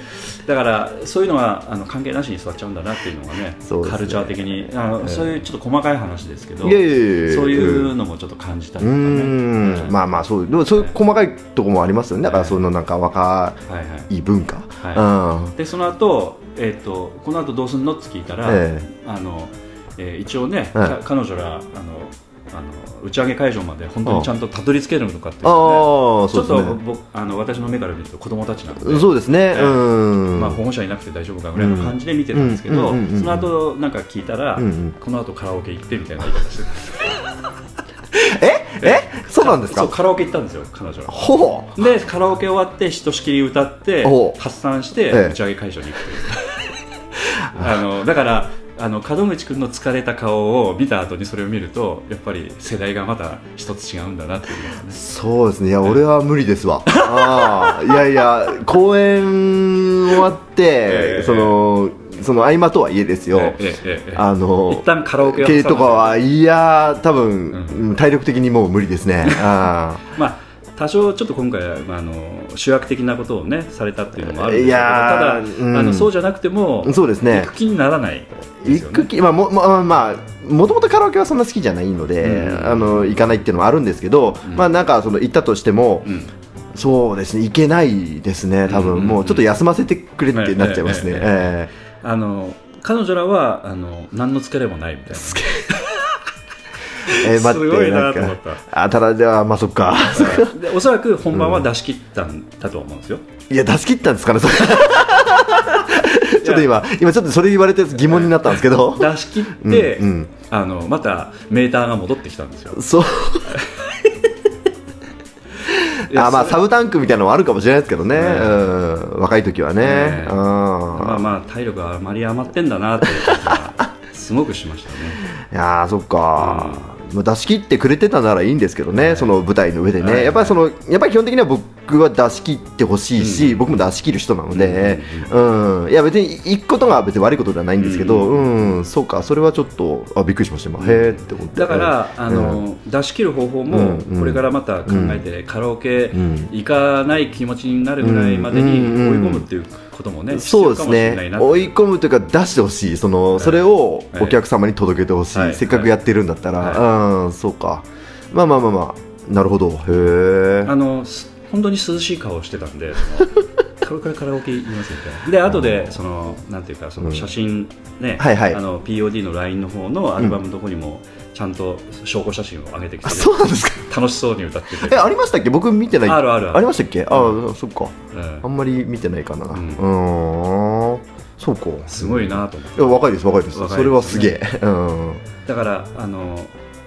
Speaker 3: だからそういうのはあの関係なしに座っちゃうんだなっていうのがね
Speaker 4: そうです
Speaker 3: カ
Speaker 4: ね
Speaker 3: ルチャー的にあの、
Speaker 4: ええ
Speaker 3: そういうちょっと細かい話ですけど
Speaker 4: いやいやいやや
Speaker 3: そういうのもちょっと感じたり
Speaker 4: う
Speaker 3: とかね、
Speaker 4: ーんまあまあそうでもそういう細かいとこもありますよねだからそのなんか若
Speaker 3: はいはい
Speaker 4: い文化、
Speaker 3: はでその後、えっとこの後どうすんのって聞いたら、
Speaker 4: え
Speaker 3: あのえー一応ね、
Speaker 4: はい
Speaker 3: か彼女らあのあの打ち上げ会場まで本当にちゃんとたどり着けるのかっていう
Speaker 4: うん、
Speaker 3: のね
Speaker 4: ああ
Speaker 3: ちょ
Speaker 4: そ
Speaker 3: っ
Speaker 4: うです
Speaker 3: と
Speaker 4: ね
Speaker 3: 僕あの私の目から見ると子供たちなので、
Speaker 4: そうですね、
Speaker 3: ええ
Speaker 4: うん、
Speaker 3: まあ、保護者いなくて大丈夫かぐらいの感じで見てたんですけど、
Speaker 4: うんうんうんうんうん
Speaker 3: その後なんか聞いたら、
Speaker 4: うんうん
Speaker 3: この後カラオケ行ってみたいな言い方して
Speaker 4: えそうなんです
Speaker 3: そう
Speaker 4: か
Speaker 3: カラオケ行ったんですよ彼女ら
Speaker 4: ほう
Speaker 3: でカラオケ終わってひとしきり歌って
Speaker 4: おう
Speaker 3: 発散して
Speaker 4: ええ
Speaker 3: 打ち上げ会場に行くという あのだからあの門口君の疲れた顔を見た後にそれを見るとやっぱり世代がまた一つ違うんだなっていうのがね
Speaker 4: そうですねいや俺は無理ですわああいやいや公演終わって、
Speaker 3: ええ
Speaker 4: そのその合間とはいえですよ、
Speaker 3: ええええええ
Speaker 4: あの
Speaker 3: 一旦カラオケを挟んで
Speaker 4: 系とかはいや多分、
Speaker 3: う
Speaker 4: うん体力的にもう無理ですねあ
Speaker 3: まあ多少ちょっと今回は、まあ、あの主役的なことをねされたっていうのもあるんです
Speaker 4: い
Speaker 3: けどただ、
Speaker 4: やーうん
Speaker 3: あのそうじゃなくても
Speaker 4: あそうですね
Speaker 3: 行く気にならないです
Speaker 4: 行
Speaker 3: よね
Speaker 4: く気、まあ、も、まあ、まあ、もともとカラオケはそんな好きじゃないので、
Speaker 3: うん
Speaker 4: あの、行かないっていうのもあるんですけど。
Speaker 3: うん
Speaker 4: まあ、なんか、その、行ったとしても、
Speaker 3: うん
Speaker 4: そうですね、行けないですね、多分、
Speaker 3: うん
Speaker 4: もう、ちょっと休ませてくれってなっちゃいますね。
Speaker 3: ええ
Speaker 4: え
Speaker 3: あの彼女らはあの何の疲れもないみたいな
Speaker 4: え えー待
Speaker 3: す
Speaker 4: っ
Speaker 3: ご
Speaker 4: て
Speaker 3: い
Speaker 4: な
Speaker 3: なんと思っ
Speaker 4: か
Speaker 3: た
Speaker 4: あただではまあそっか
Speaker 3: でおそらく本番は出し切ったんだと思うんですよ、
Speaker 4: いや出し切ったんですかねそれ ちょっと今今ちょっとそれ言われて疑問になったんですけど
Speaker 3: 出し切って、
Speaker 4: うんうん
Speaker 3: あのまたメーターが戻ってきたんですよ
Speaker 4: そう
Speaker 3: いや
Speaker 4: あまあ
Speaker 3: それ
Speaker 4: サブタンクみたいなのはあるかもしれないですけどね、うん、若い時はね、
Speaker 3: ね
Speaker 4: うん
Speaker 3: まあまあ体力があまり余ってんだなという感じ がすごくしましたね
Speaker 4: いやーそっか、まあ出し切ってくれてたならいいんですけどね、その舞台の上でね、
Speaker 3: はい
Speaker 4: やっぱりそのやっぱり基本的には僕は出し切ってほしいし、僕も出し切る人なので、うんいや別に行くことが別に悪いことではないんですけど、
Speaker 3: う
Speaker 4: うんそうか、それはちょっとあびっくりしました、今へーって思って。
Speaker 3: だから、あの
Speaker 4: う
Speaker 3: 出し切る方法
Speaker 4: う
Speaker 3: も
Speaker 4: んうん
Speaker 3: これからまた考えて、カラオケ
Speaker 4: ん
Speaker 3: 行かない気持ちになるぐらいまでに追い
Speaker 4: うんうんう
Speaker 3: 込
Speaker 4: ん
Speaker 3: むっていうこともね、必
Speaker 4: そう
Speaker 3: 要
Speaker 4: で
Speaker 3: か
Speaker 4: す
Speaker 3: もしれない
Speaker 4: ね
Speaker 3: な
Speaker 4: 追い込むというか出してほしいその、それを
Speaker 3: はい
Speaker 4: お客様に届けてほしい、
Speaker 3: はい
Speaker 4: せっかくやってるんだったら、うんそうかまあまあまあまあなるほどへ
Speaker 3: あ
Speaker 4: え
Speaker 3: のす本当に涼しい顔をしてたんで、そのこれからカラオケ行きますみたいな、で後でそのなんていうか、その写真、ね
Speaker 4: はいはい
Speaker 3: あの POD の LINE の方のアルバムのとこにも、ちゃんと証拠写真を上げてきて、
Speaker 4: そうなんですか
Speaker 3: 楽しそうに歌ってて、
Speaker 4: えありましたっけ僕見てない
Speaker 3: あるあるある
Speaker 4: りましたっけあ、そっか
Speaker 3: うん
Speaker 4: あんまり見てないかなう
Speaker 3: うん
Speaker 4: ーんそうか
Speaker 3: すごいなと思って
Speaker 4: いや若いです若いです
Speaker 3: 若いですね
Speaker 4: それはすげえ、うん
Speaker 3: だからあの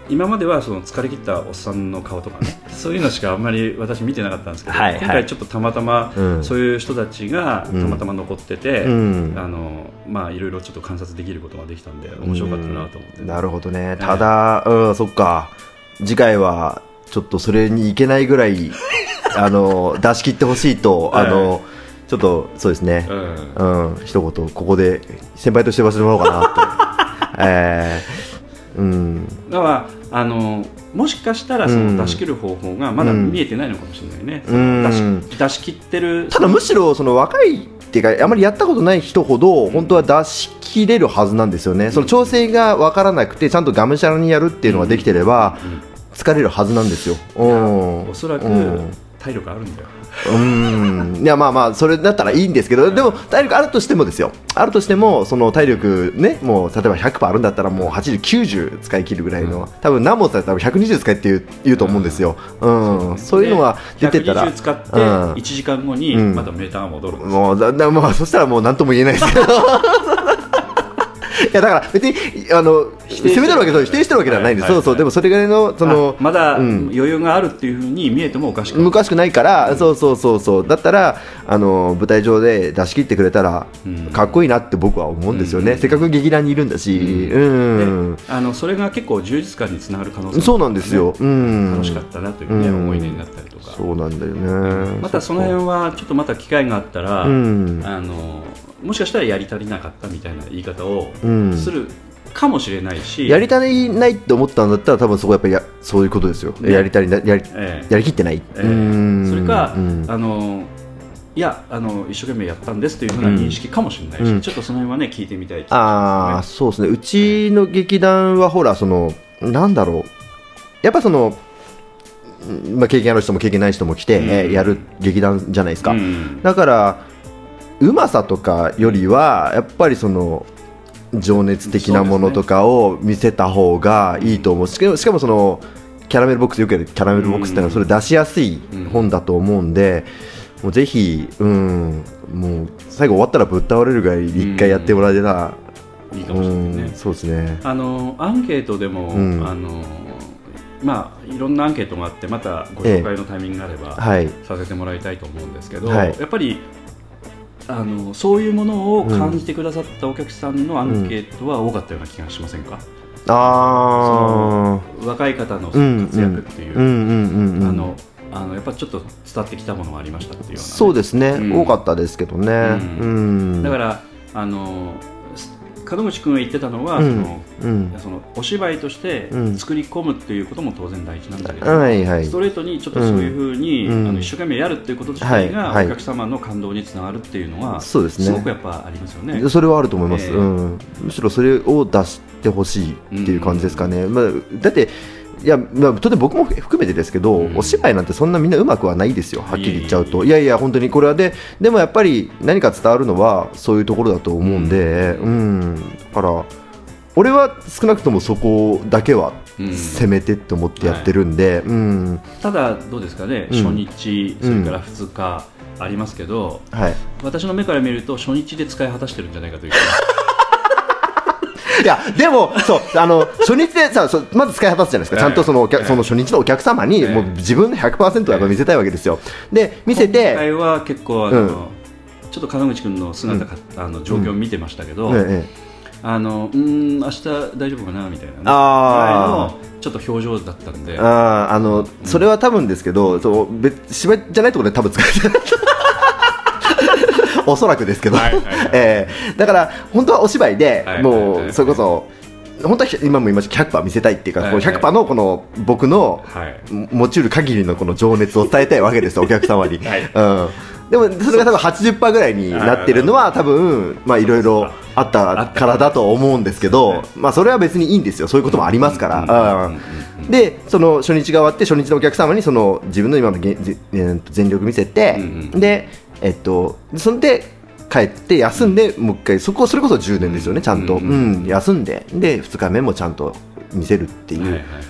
Speaker 3: 今まではその疲れ切ったおっさんの顔とか ねそういうのしかあんまり私見てなかったんですけど、
Speaker 4: はいはい
Speaker 3: 今回ちょっとたまたま、
Speaker 4: うん
Speaker 3: そういう人たちがたまたま残ってて、
Speaker 4: うん
Speaker 3: あのまあいろいろちょっと観察できることができたんで面白かったなと思って、
Speaker 4: うんなるほどねただ、うんそっか次回はちょっとそれにいけないぐ らいあの出し切ってほしいとあの、ちょっとそうですね
Speaker 3: うん
Speaker 4: うん、一言ここで先輩として忘れてもらおうかな とえー、うん
Speaker 3: だからあのもしかしたらそ
Speaker 4: うん
Speaker 3: の出し切る方法がまだ
Speaker 4: うん
Speaker 3: 見えてないのかもしれないね、
Speaker 4: うん
Speaker 3: 出し出し切ってる
Speaker 4: ただむしろその若いっていうかあまりやったことない人ほど本当は出し切れるはずなんですよねその調整が分からなくてちゃんとがむしゃらにやるっていうのができてれば疲れるはずなんですよ、うん、
Speaker 3: おそらく
Speaker 4: うん
Speaker 3: 体力あるんだよ、
Speaker 4: うんいやまあまあそれだったらいいんですけどでも体力あるとしてもですよあるとしてもその体力ねもう例えば100%あるんだったらもう8090使い切るぐらいの、多分何本だったら多分120使いって言う言うと思うんですよ、うんそういうのが出てたら
Speaker 3: 120使って
Speaker 4: うん
Speaker 3: 1時間後に
Speaker 4: うん
Speaker 3: またメーターが戻るんですよ
Speaker 4: もうだだまあそしたらもう何とも言えないですけど いやだから別にあの
Speaker 3: 否定してる
Speaker 4: 責めてるわけそう否定してるわけではないんです、
Speaker 3: はいはいはい
Speaker 4: そうそうでもそれぐらいのその
Speaker 3: あまだ
Speaker 4: うん
Speaker 3: 余裕があるっていうふうに見えてもおかしくない、
Speaker 4: 昔くないから、そうそうそうそうだったらあの舞台上で出し切ってくれたら、
Speaker 3: うん
Speaker 4: かっこいいなって僕は思うんですよね、
Speaker 3: うん
Speaker 4: せっかく劇団にいるんだし、うん
Speaker 3: であのそれが結構充実感につながる可能性もあるね
Speaker 4: そうなんですよ、うん、
Speaker 3: 楽しかったなという、ね
Speaker 4: うん
Speaker 3: 思い出になったりとか
Speaker 4: そうなんだよね
Speaker 3: またその辺はちょっとまた機会があったら、
Speaker 4: うん
Speaker 3: あのもしかしたらやり足りなかったみたいな言い方を
Speaker 4: うん
Speaker 3: するかもしれないし、
Speaker 4: やり足りないって思ったんだったら多分そこはやっぱりやそういうことですよ、
Speaker 3: ね
Speaker 4: やり足りなやり
Speaker 3: ええ
Speaker 4: やりきってない、
Speaker 3: ええ
Speaker 4: うん
Speaker 3: それか、
Speaker 4: うん
Speaker 3: あのいやあの一生懸命やったんですというふうな認識かもしれないし、
Speaker 4: うん
Speaker 3: ちょっとその辺はね聞いてみたい気
Speaker 4: ああ
Speaker 3: がし
Speaker 4: そうですねうちの劇団はほらそのなんだろうやっぱその、んまあ、経験ある人も経験ない人も来て、
Speaker 3: うん
Speaker 4: えーやる劇団じゃないですか、
Speaker 3: ますねうん
Speaker 4: だからうまさとかよりはやっぱりその情熱的なものとかを見せた方がいいと思うしかもしかもそのキャラメルボックスよくやるキャラメルボックスってのは
Speaker 3: うん
Speaker 4: それ出しやすい
Speaker 3: うん
Speaker 4: 本だと思うんで、もうぜひ、うん、もう最後終わったらぶっ倒れるぐらい一回やってもらえたら、
Speaker 3: いいかもしれないね、
Speaker 4: うんそうですね。
Speaker 3: あのアンケートでも、
Speaker 4: うん
Speaker 3: あのまあ、いろんなアンケートがあってまたご紹介のタイミングがあれば、
Speaker 4: はい。
Speaker 3: させてもらいたいと思うんですけど、
Speaker 4: はい
Speaker 3: やっぱりあのそういうものを感じてくださったお客さんのアンケートは多かったような気がしませんか、
Speaker 4: ああ。
Speaker 3: 若い方の活躍っていう、
Speaker 4: うんうんうんうん。
Speaker 3: あのあのやっぱちょっと伝ってきたものがありましたっていうようなね、
Speaker 4: そうですね、
Speaker 3: うん
Speaker 4: 多かったですけどね。う。
Speaker 3: うんだからあのす門口君が言ってたのは、
Speaker 4: うん
Speaker 3: その
Speaker 4: うん。
Speaker 3: そのお芝居として
Speaker 4: うん
Speaker 3: 作り込むっていうことも当然大事なんだけど、
Speaker 4: はいはい
Speaker 3: ス。トレートにちょっとそういうふうに、
Speaker 4: うん
Speaker 3: あの一生懸命やるっていうこと自体が
Speaker 4: はいはい
Speaker 3: お客様の感動につながるっていうのは、
Speaker 4: そうですね
Speaker 3: ごくやっぱありますよね。
Speaker 4: それはあると思います、
Speaker 3: ええ
Speaker 4: うん、むしろそれを出してほしいっていう感じですかね、まあ、だっていや、まあ、当然僕も含めてですけど、
Speaker 3: うん
Speaker 4: お芝居なんてそんなみんなうまくはないですよはっきり言っちゃうと
Speaker 3: い
Speaker 4: いやいや本当にこれはででもやっぱり何か伝わるのはそういうところだと思うんで、うんだから俺は少なくともそこだけは
Speaker 3: うん
Speaker 4: 攻めてって思ってやってるんで、うん
Speaker 3: ただ、どうですかね、
Speaker 4: うん
Speaker 3: 初日、それから2日ありますけど、
Speaker 4: はい、
Speaker 3: 私の目から見ると、初日で使い果たしてるんじゃないかというか、
Speaker 4: いやでもそうあの初日でさそうまず使い果たすじゃないですか、ちゃんとそのお客
Speaker 3: ええ
Speaker 4: その初日のお客様に、
Speaker 3: ええ
Speaker 4: もう自分の100%やっぱ見せたいわけですよ。 で見せ
Speaker 3: 今
Speaker 4: て、
Speaker 3: 回は結構あの、ちょっと門口君の姿か、あの状況を見てましたけど、
Speaker 4: ええ
Speaker 3: あのうーん明日大丈夫かなみたいな、ね、
Speaker 4: あー
Speaker 3: ぐらいのちょっと表情だったんで
Speaker 4: あーあのそれは多分ですけど、そう別芝居じゃないところで多分使えてない おそらくですけど、
Speaker 3: はいはいはい
Speaker 4: えーだから本当はお芝居で、
Speaker 3: はいはいはい
Speaker 4: も
Speaker 3: は
Speaker 4: う
Speaker 3: い
Speaker 4: それこそ本当は今も言いました100%見せたいっていうか、
Speaker 3: はいはい
Speaker 4: こう100%のこの僕の
Speaker 3: はい
Speaker 4: 持ちうる限りのこの情熱を伝えたいわけ ですよお客様に、
Speaker 3: はい
Speaker 4: うん、でもそれが多分80%ぐらいになってるのは多分まあいろいろあったからだと思うんですけど、まあ、それは別にいいんですよそういうこともありますから、
Speaker 3: うんうんうんうん
Speaker 4: うんでその初日が終わって初日のお客様にその自分の今のげぜえーと全力見せて、
Speaker 3: うんうん
Speaker 4: でえっとそんで帰って休んで、もう一回そこそれこそ充電ですよね、ちゃんと、
Speaker 3: う
Speaker 4: うんん
Speaker 3: う
Speaker 4: 休んでで2日目もちゃんと見せるっていう、
Speaker 3: はいはいはいはい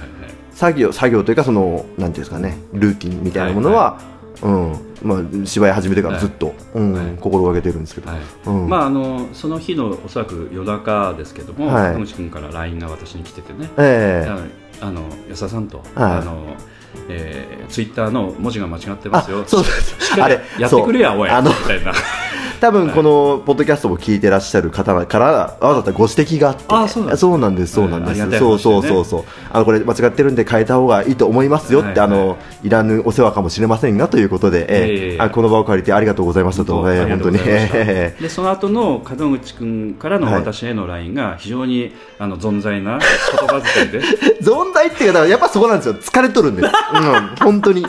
Speaker 4: 作業作業というかそのなんていうんですかねルーティンみたいなものは、うんまあ、芝居始めてからずっと、うん
Speaker 3: はい
Speaker 4: 心がけてるんですけど、
Speaker 3: はい
Speaker 4: うん
Speaker 3: まあ、あのその日のおそらく夜中ですけども、
Speaker 4: はい
Speaker 3: 野口君から LINE が私に来ててね、
Speaker 4: ええ
Speaker 3: あのあの安田さんと、
Speaker 4: はい
Speaker 3: あのえー、ツイッターの文字が間違ってますよ、
Speaker 4: あそう
Speaker 3: しっかり
Speaker 4: あれ
Speaker 3: やってくれや、
Speaker 4: そう
Speaker 3: おい、
Speaker 4: あ
Speaker 3: み
Speaker 4: の
Speaker 3: たいな、
Speaker 4: 多分このポッドキャストも聞いてらっしゃる方からわざとご指摘があって
Speaker 3: あそうなんだ
Speaker 4: なんですそうなん
Speaker 3: うん
Speaker 4: で
Speaker 3: ありが
Speaker 4: す
Speaker 3: たい
Speaker 4: そう
Speaker 3: 話だ
Speaker 4: そ
Speaker 3: よ
Speaker 4: う
Speaker 3: ね
Speaker 4: そうそうあのこれ間違ってるんで変えた方がいいと思いますよって、
Speaker 3: はいはい
Speaker 4: あのいらぬお世話かもしれませんがということで、え
Speaker 3: いえい
Speaker 4: え
Speaker 3: え
Speaker 4: あこの場を借りてありがとうございましたと、ええ
Speaker 3: ありがと
Speaker 4: 本当
Speaker 3: うご
Speaker 4: に
Speaker 3: ざいました
Speaker 4: ええ
Speaker 3: でその後の門口君からの
Speaker 4: はい
Speaker 3: 私への LINE が非常にあの存在 な言葉遣いで
Speaker 4: 存在っていうかだからやっぱそこなんですよ疲れとるんです、うん、本当に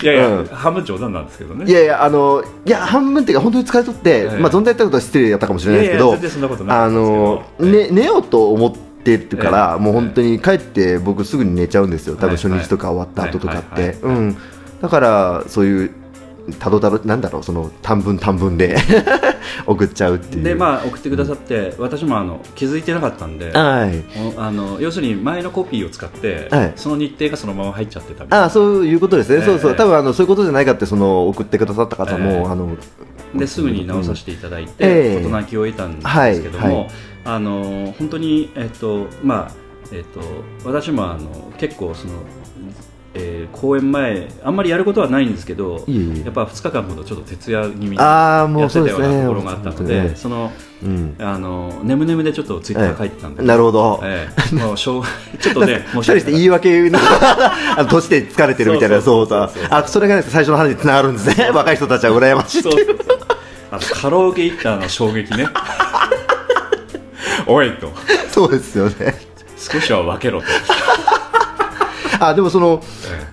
Speaker 3: いやいや、
Speaker 4: うん
Speaker 3: 半分冗談なんですけどね
Speaker 4: いやいやあのいや半分っていうか本当に疲れとって、
Speaker 3: ええ
Speaker 4: まあ存在ってことは失礼だったかもしれないですけ
Speaker 3: いやいや
Speaker 4: ど
Speaker 3: 全然そんなことない
Speaker 4: あのね、寝ようと思ってるから、
Speaker 3: ええ
Speaker 4: もう本当に帰って僕すぐに寝ちゃうんですよ多分初日とか終わった後とかっ
Speaker 3: はいは
Speaker 4: て
Speaker 3: い
Speaker 4: うんだからそういうたどたどなんだろうその短文短文で 送っちゃうっていう
Speaker 3: でまあ送ってくださって、私もあの気づいてなかったんで
Speaker 4: はい
Speaker 3: おあの要するに前のコピーを使って、
Speaker 4: はい
Speaker 3: その日程がそのまま入っちゃってたみたい
Speaker 4: あ
Speaker 3: な
Speaker 4: あそういうことですね、
Speaker 3: ええ
Speaker 4: そうそう多分あのそういうことじゃないかってその送ってくださった方も、
Speaker 3: ええ
Speaker 4: あの
Speaker 3: ですぐに直させていただい
Speaker 4: え
Speaker 3: て
Speaker 4: え
Speaker 3: 事なきを得たんですけども、
Speaker 4: はいはい
Speaker 3: あの本当に、えっとまあえっと、私もあの結構その、えー公演前あんまりやることはないんですけど
Speaker 4: いえいえ
Speaker 3: やっぱ2日間ほどちょっと徹夜気味にや
Speaker 4: ああもう
Speaker 3: って
Speaker 4: そう
Speaker 3: た
Speaker 4: で
Speaker 3: よ
Speaker 4: す
Speaker 3: う
Speaker 4: ね
Speaker 3: なところがあったので、その
Speaker 4: うん
Speaker 3: あの眠々でちょっとツイッター書いてたんで、
Speaker 4: なるほど、
Speaker 3: ええもうしょう ちょっと ね
Speaker 4: も
Speaker 3: 申し訳
Speaker 4: しかし
Speaker 3: な
Speaker 4: て言
Speaker 3: い
Speaker 4: い訳な あの年で疲れてるみたいな
Speaker 3: そ
Speaker 4: そうう
Speaker 3: そうそう
Speaker 4: さ
Speaker 3: そう
Speaker 4: あそれがね最初の話につながるんですね若い人たちは羨ましい って
Speaker 3: そうそうそうあのカラオケ行ったあの衝撃 ねおいと
Speaker 4: そうですよね
Speaker 3: 少しは分けろと、
Speaker 4: あでもその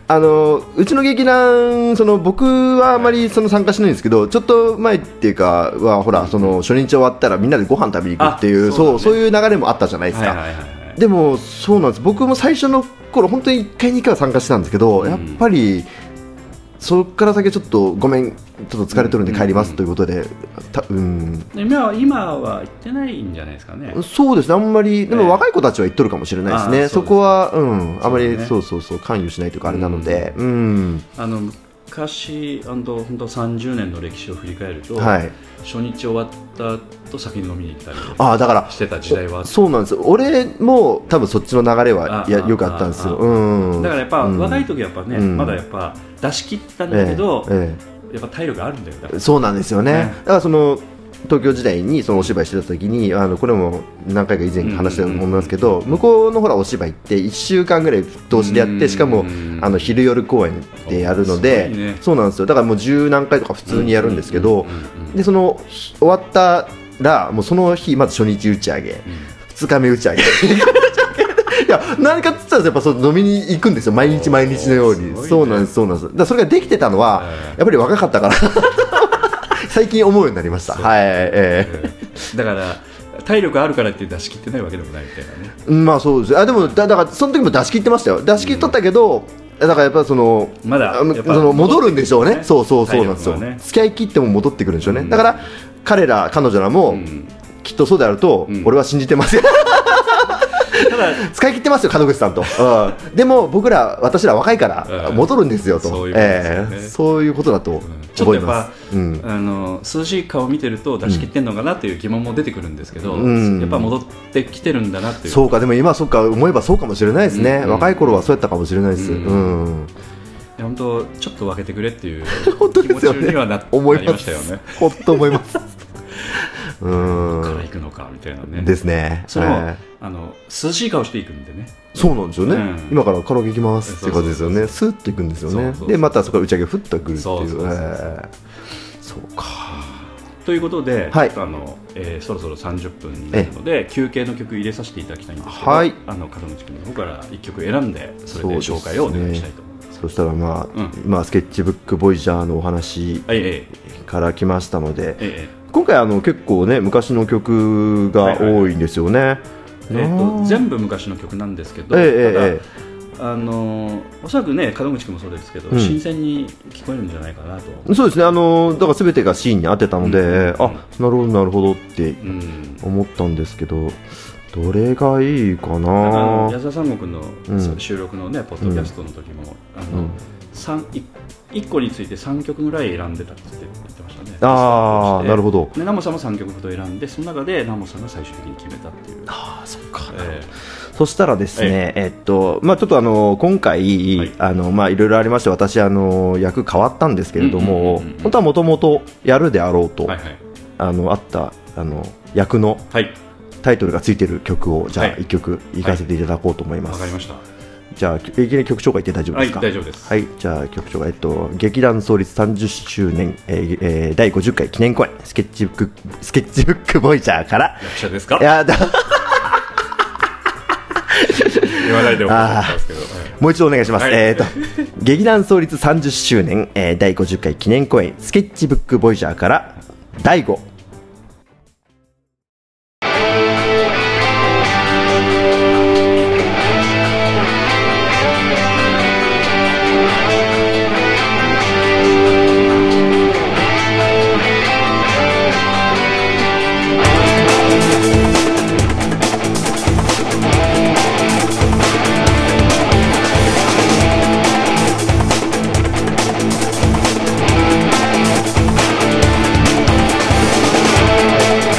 Speaker 4: あのうちの劇団その僕はあまりその参加しないんですけどちょっと前っていうかはほらその初日終わったらみんなでご飯食べに行くっていう
Speaker 3: あ
Speaker 4: そう,、
Speaker 3: そ
Speaker 4: そうういう流れもあったじゃないです
Speaker 3: はい
Speaker 4: か、
Speaker 3: はいはいはい
Speaker 4: でもそうなんです僕も最初の頃本当に1回2回は参加してたんですけど、
Speaker 3: ん
Speaker 4: やっぱりそこから先ちょっとごめんちょっと疲れとるんで帰りますということで、たうん
Speaker 3: 今は今は行ってないんじゃないですかね、
Speaker 4: そうですねあんまり
Speaker 3: え
Speaker 4: で
Speaker 3: え
Speaker 4: も若い子たちは言っとるかもしれないです
Speaker 3: ああそう
Speaker 4: ね、
Speaker 3: です
Speaker 4: そこは、うん、あま
Speaker 3: そう
Speaker 4: り
Speaker 3: だね
Speaker 4: そうそうそう関与しないというかあれなので、うん
Speaker 3: あの昔あの本当30年の歴史を振り返ると、
Speaker 4: はい、
Speaker 3: 初日終わった後先に飲みに行ったり
Speaker 4: ああだから
Speaker 3: してた時代はあっ
Speaker 4: おそうなんです俺も多分そっちの流れ
Speaker 3: あ
Speaker 4: はいや
Speaker 3: あ
Speaker 4: よくあったんですよ、
Speaker 3: あ
Speaker 4: うん、
Speaker 3: だからやっぱ、
Speaker 4: うん
Speaker 3: 若い時はやっぱね、
Speaker 4: うん
Speaker 3: まだやっぱ出し切ったんだけど、
Speaker 4: ええええ
Speaker 3: やっぱ体力あるんだよだから
Speaker 4: そうなんですよね。
Speaker 3: ね
Speaker 4: だからその東京時代にそのお芝居してた時にあのこれも何回か以前話したと思いますけど、向こうのほらお芝居って1週間ぐらい同時でやっ
Speaker 3: うん
Speaker 4: てしかもあの昼夜公演でやるので、
Speaker 3: すごいね
Speaker 4: そうなんですよだからもう十何回とか普通にやるんですけど、
Speaker 3: うんうん
Speaker 4: でその日終わったらもうその日まず初日打ち上げ、2日目打ち上げ いや何かっつったらやっぱその飲みに行くんですよ毎日毎日のように、
Speaker 3: おーすごいね
Speaker 4: そうなんですそうなんですだからそれができてたのは、
Speaker 3: ええ
Speaker 4: やっぱり若かったから 最近思うようになりましたはいえ
Speaker 3: だから体力あるからって出し切ってないわけでもないみたいなね
Speaker 4: えまあそうですあでもだだからその時も出し切ってましたよ出し切っとったけど、だからやっぱその
Speaker 3: まだ
Speaker 4: あの
Speaker 3: やっ
Speaker 4: そ
Speaker 3: ぱ
Speaker 4: の戻るんでしょう
Speaker 3: 戻
Speaker 4: ね
Speaker 3: ってくるね
Speaker 4: そうそうそうなんですよ、
Speaker 3: 体力がね
Speaker 4: 付き合い切っても戻ってくるんでしょうね、
Speaker 3: うん
Speaker 4: だから彼ら彼女らも、
Speaker 3: うん
Speaker 4: きっとそうであると、
Speaker 3: うん
Speaker 4: 俺は信じてますよ
Speaker 3: ただ
Speaker 4: 使い切ってますよ、門口さんと、うんでも僕ら、私ら若いから
Speaker 3: うん
Speaker 4: 戻るんですよと、
Speaker 3: そういうことですよ
Speaker 4: え
Speaker 3: ね
Speaker 4: えそういうことだと
Speaker 3: ちょっと
Speaker 4: 思い
Speaker 3: やっ
Speaker 4: ま
Speaker 3: ぱ、
Speaker 4: す。うん
Speaker 3: あの涼しい顔見てると出し切ってんのかなっていう疑問も出てくるんですけど、
Speaker 4: うん
Speaker 3: やっぱ戻ってきてるんだなっていう
Speaker 4: そうかでも今、そうか思えばそうかもしれないですね、
Speaker 3: うんうん
Speaker 4: 若い頃はそうやったかもしれないです、う
Speaker 3: うんんいや本当ちょっと分けてくれっていう
Speaker 4: 本当
Speaker 3: 気
Speaker 4: で
Speaker 3: 持
Speaker 4: す
Speaker 3: ち
Speaker 4: よね
Speaker 3: にはな
Speaker 4: 思
Speaker 3: ないり
Speaker 4: ま
Speaker 3: まし
Speaker 4: す
Speaker 3: たよね。
Speaker 4: 本当思います うん
Speaker 3: から行くのかみたいなね。
Speaker 4: ですね
Speaker 3: それも、
Speaker 4: ええ
Speaker 3: あの涼しい顔していくんでね。
Speaker 4: そうなんですよね、
Speaker 3: うん
Speaker 4: 今からカラオケ行きますっていうことですよねスーッと行くんですよね
Speaker 3: そうそうそう
Speaker 4: でまたそこから打ち上げふっと来るっていう
Speaker 3: そうそうそうそう
Speaker 4: ええそうか
Speaker 3: ということで、
Speaker 4: は
Speaker 3: ち
Speaker 4: い
Speaker 3: ょっとあのえーそろそろ30分になるので休憩の曲入れさせていただきたいんですけど、
Speaker 4: はい
Speaker 3: あの門口君の方から1曲選んでそれで
Speaker 4: そうですね
Speaker 3: 紹介をお願いしたいと思います。
Speaker 4: そしたらまあ、
Speaker 3: うん
Speaker 4: 今スケッチブックボイジャーのお話
Speaker 3: はい、え
Speaker 4: から来ましたので、
Speaker 3: ええ
Speaker 4: 今回あの結構ね昔の曲が多いんですよね、
Speaker 3: ええ
Speaker 4: な
Speaker 3: ー、
Speaker 4: あ
Speaker 3: と全部昔の曲なんですけど、
Speaker 4: ええええええ
Speaker 3: ただあのーおそらくね門口君もそうですけど、
Speaker 4: うん
Speaker 3: 新鮮に聞こえるんじゃないかなと、
Speaker 4: そうですね、あのだから全てがシーンに当てたので、
Speaker 3: うん
Speaker 4: あなるほど、なるほどって
Speaker 3: うん、
Speaker 4: 思ったんですけど、どれがいいか
Speaker 3: なんかあの
Speaker 4: な、
Speaker 3: 安田三国の
Speaker 4: うん
Speaker 3: そう収録のね、ポッドキャストの時も、あ
Speaker 4: う
Speaker 3: の
Speaker 4: ん
Speaker 3: 三一一個について三曲ぐらい選んでたって言ってましたね。
Speaker 4: あーなるほど
Speaker 3: でナモさんも三曲ほど選んで、その中でナモさんが最終的に決めたっていう。
Speaker 4: あそっか
Speaker 3: え
Speaker 4: そしたらですね、えっとまあ、ちょっとあの今回、
Speaker 3: はい
Speaker 4: あのまあ、いろいろありまして、私、あの役変わったんですけれども
Speaker 3: うんうんうんうん、
Speaker 4: 本当はもともとやるであろうと、
Speaker 3: ーはいはい
Speaker 4: あのあったあの役の
Speaker 3: はい
Speaker 4: タイトルがついてる曲を、じゃあ、
Speaker 3: はい
Speaker 4: 1曲、いかせていただこうと思いま
Speaker 3: わ
Speaker 4: す。
Speaker 3: かりました。
Speaker 4: じゃあ、きいきなり曲紹介いって大丈夫ですか、
Speaker 3: はい大丈夫です
Speaker 4: はい、じゃあ曲紹介、えっと、劇団創立30周年、えーえー第50回記念公演、スケッチブック、スケッチブックボイジャーから、
Speaker 3: 役者ですか
Speaker 4: い？やだ、
Speaker 3: 言わないでおこうと思ったんですけど。
Speaker 4: もう一度お願いします。
Speaker 3: はい
Speaker 4: えーっと、劇団創立30周年、えー第50回記念公演、スケッチブックボイジャーから、第5、
Speaker 5: 「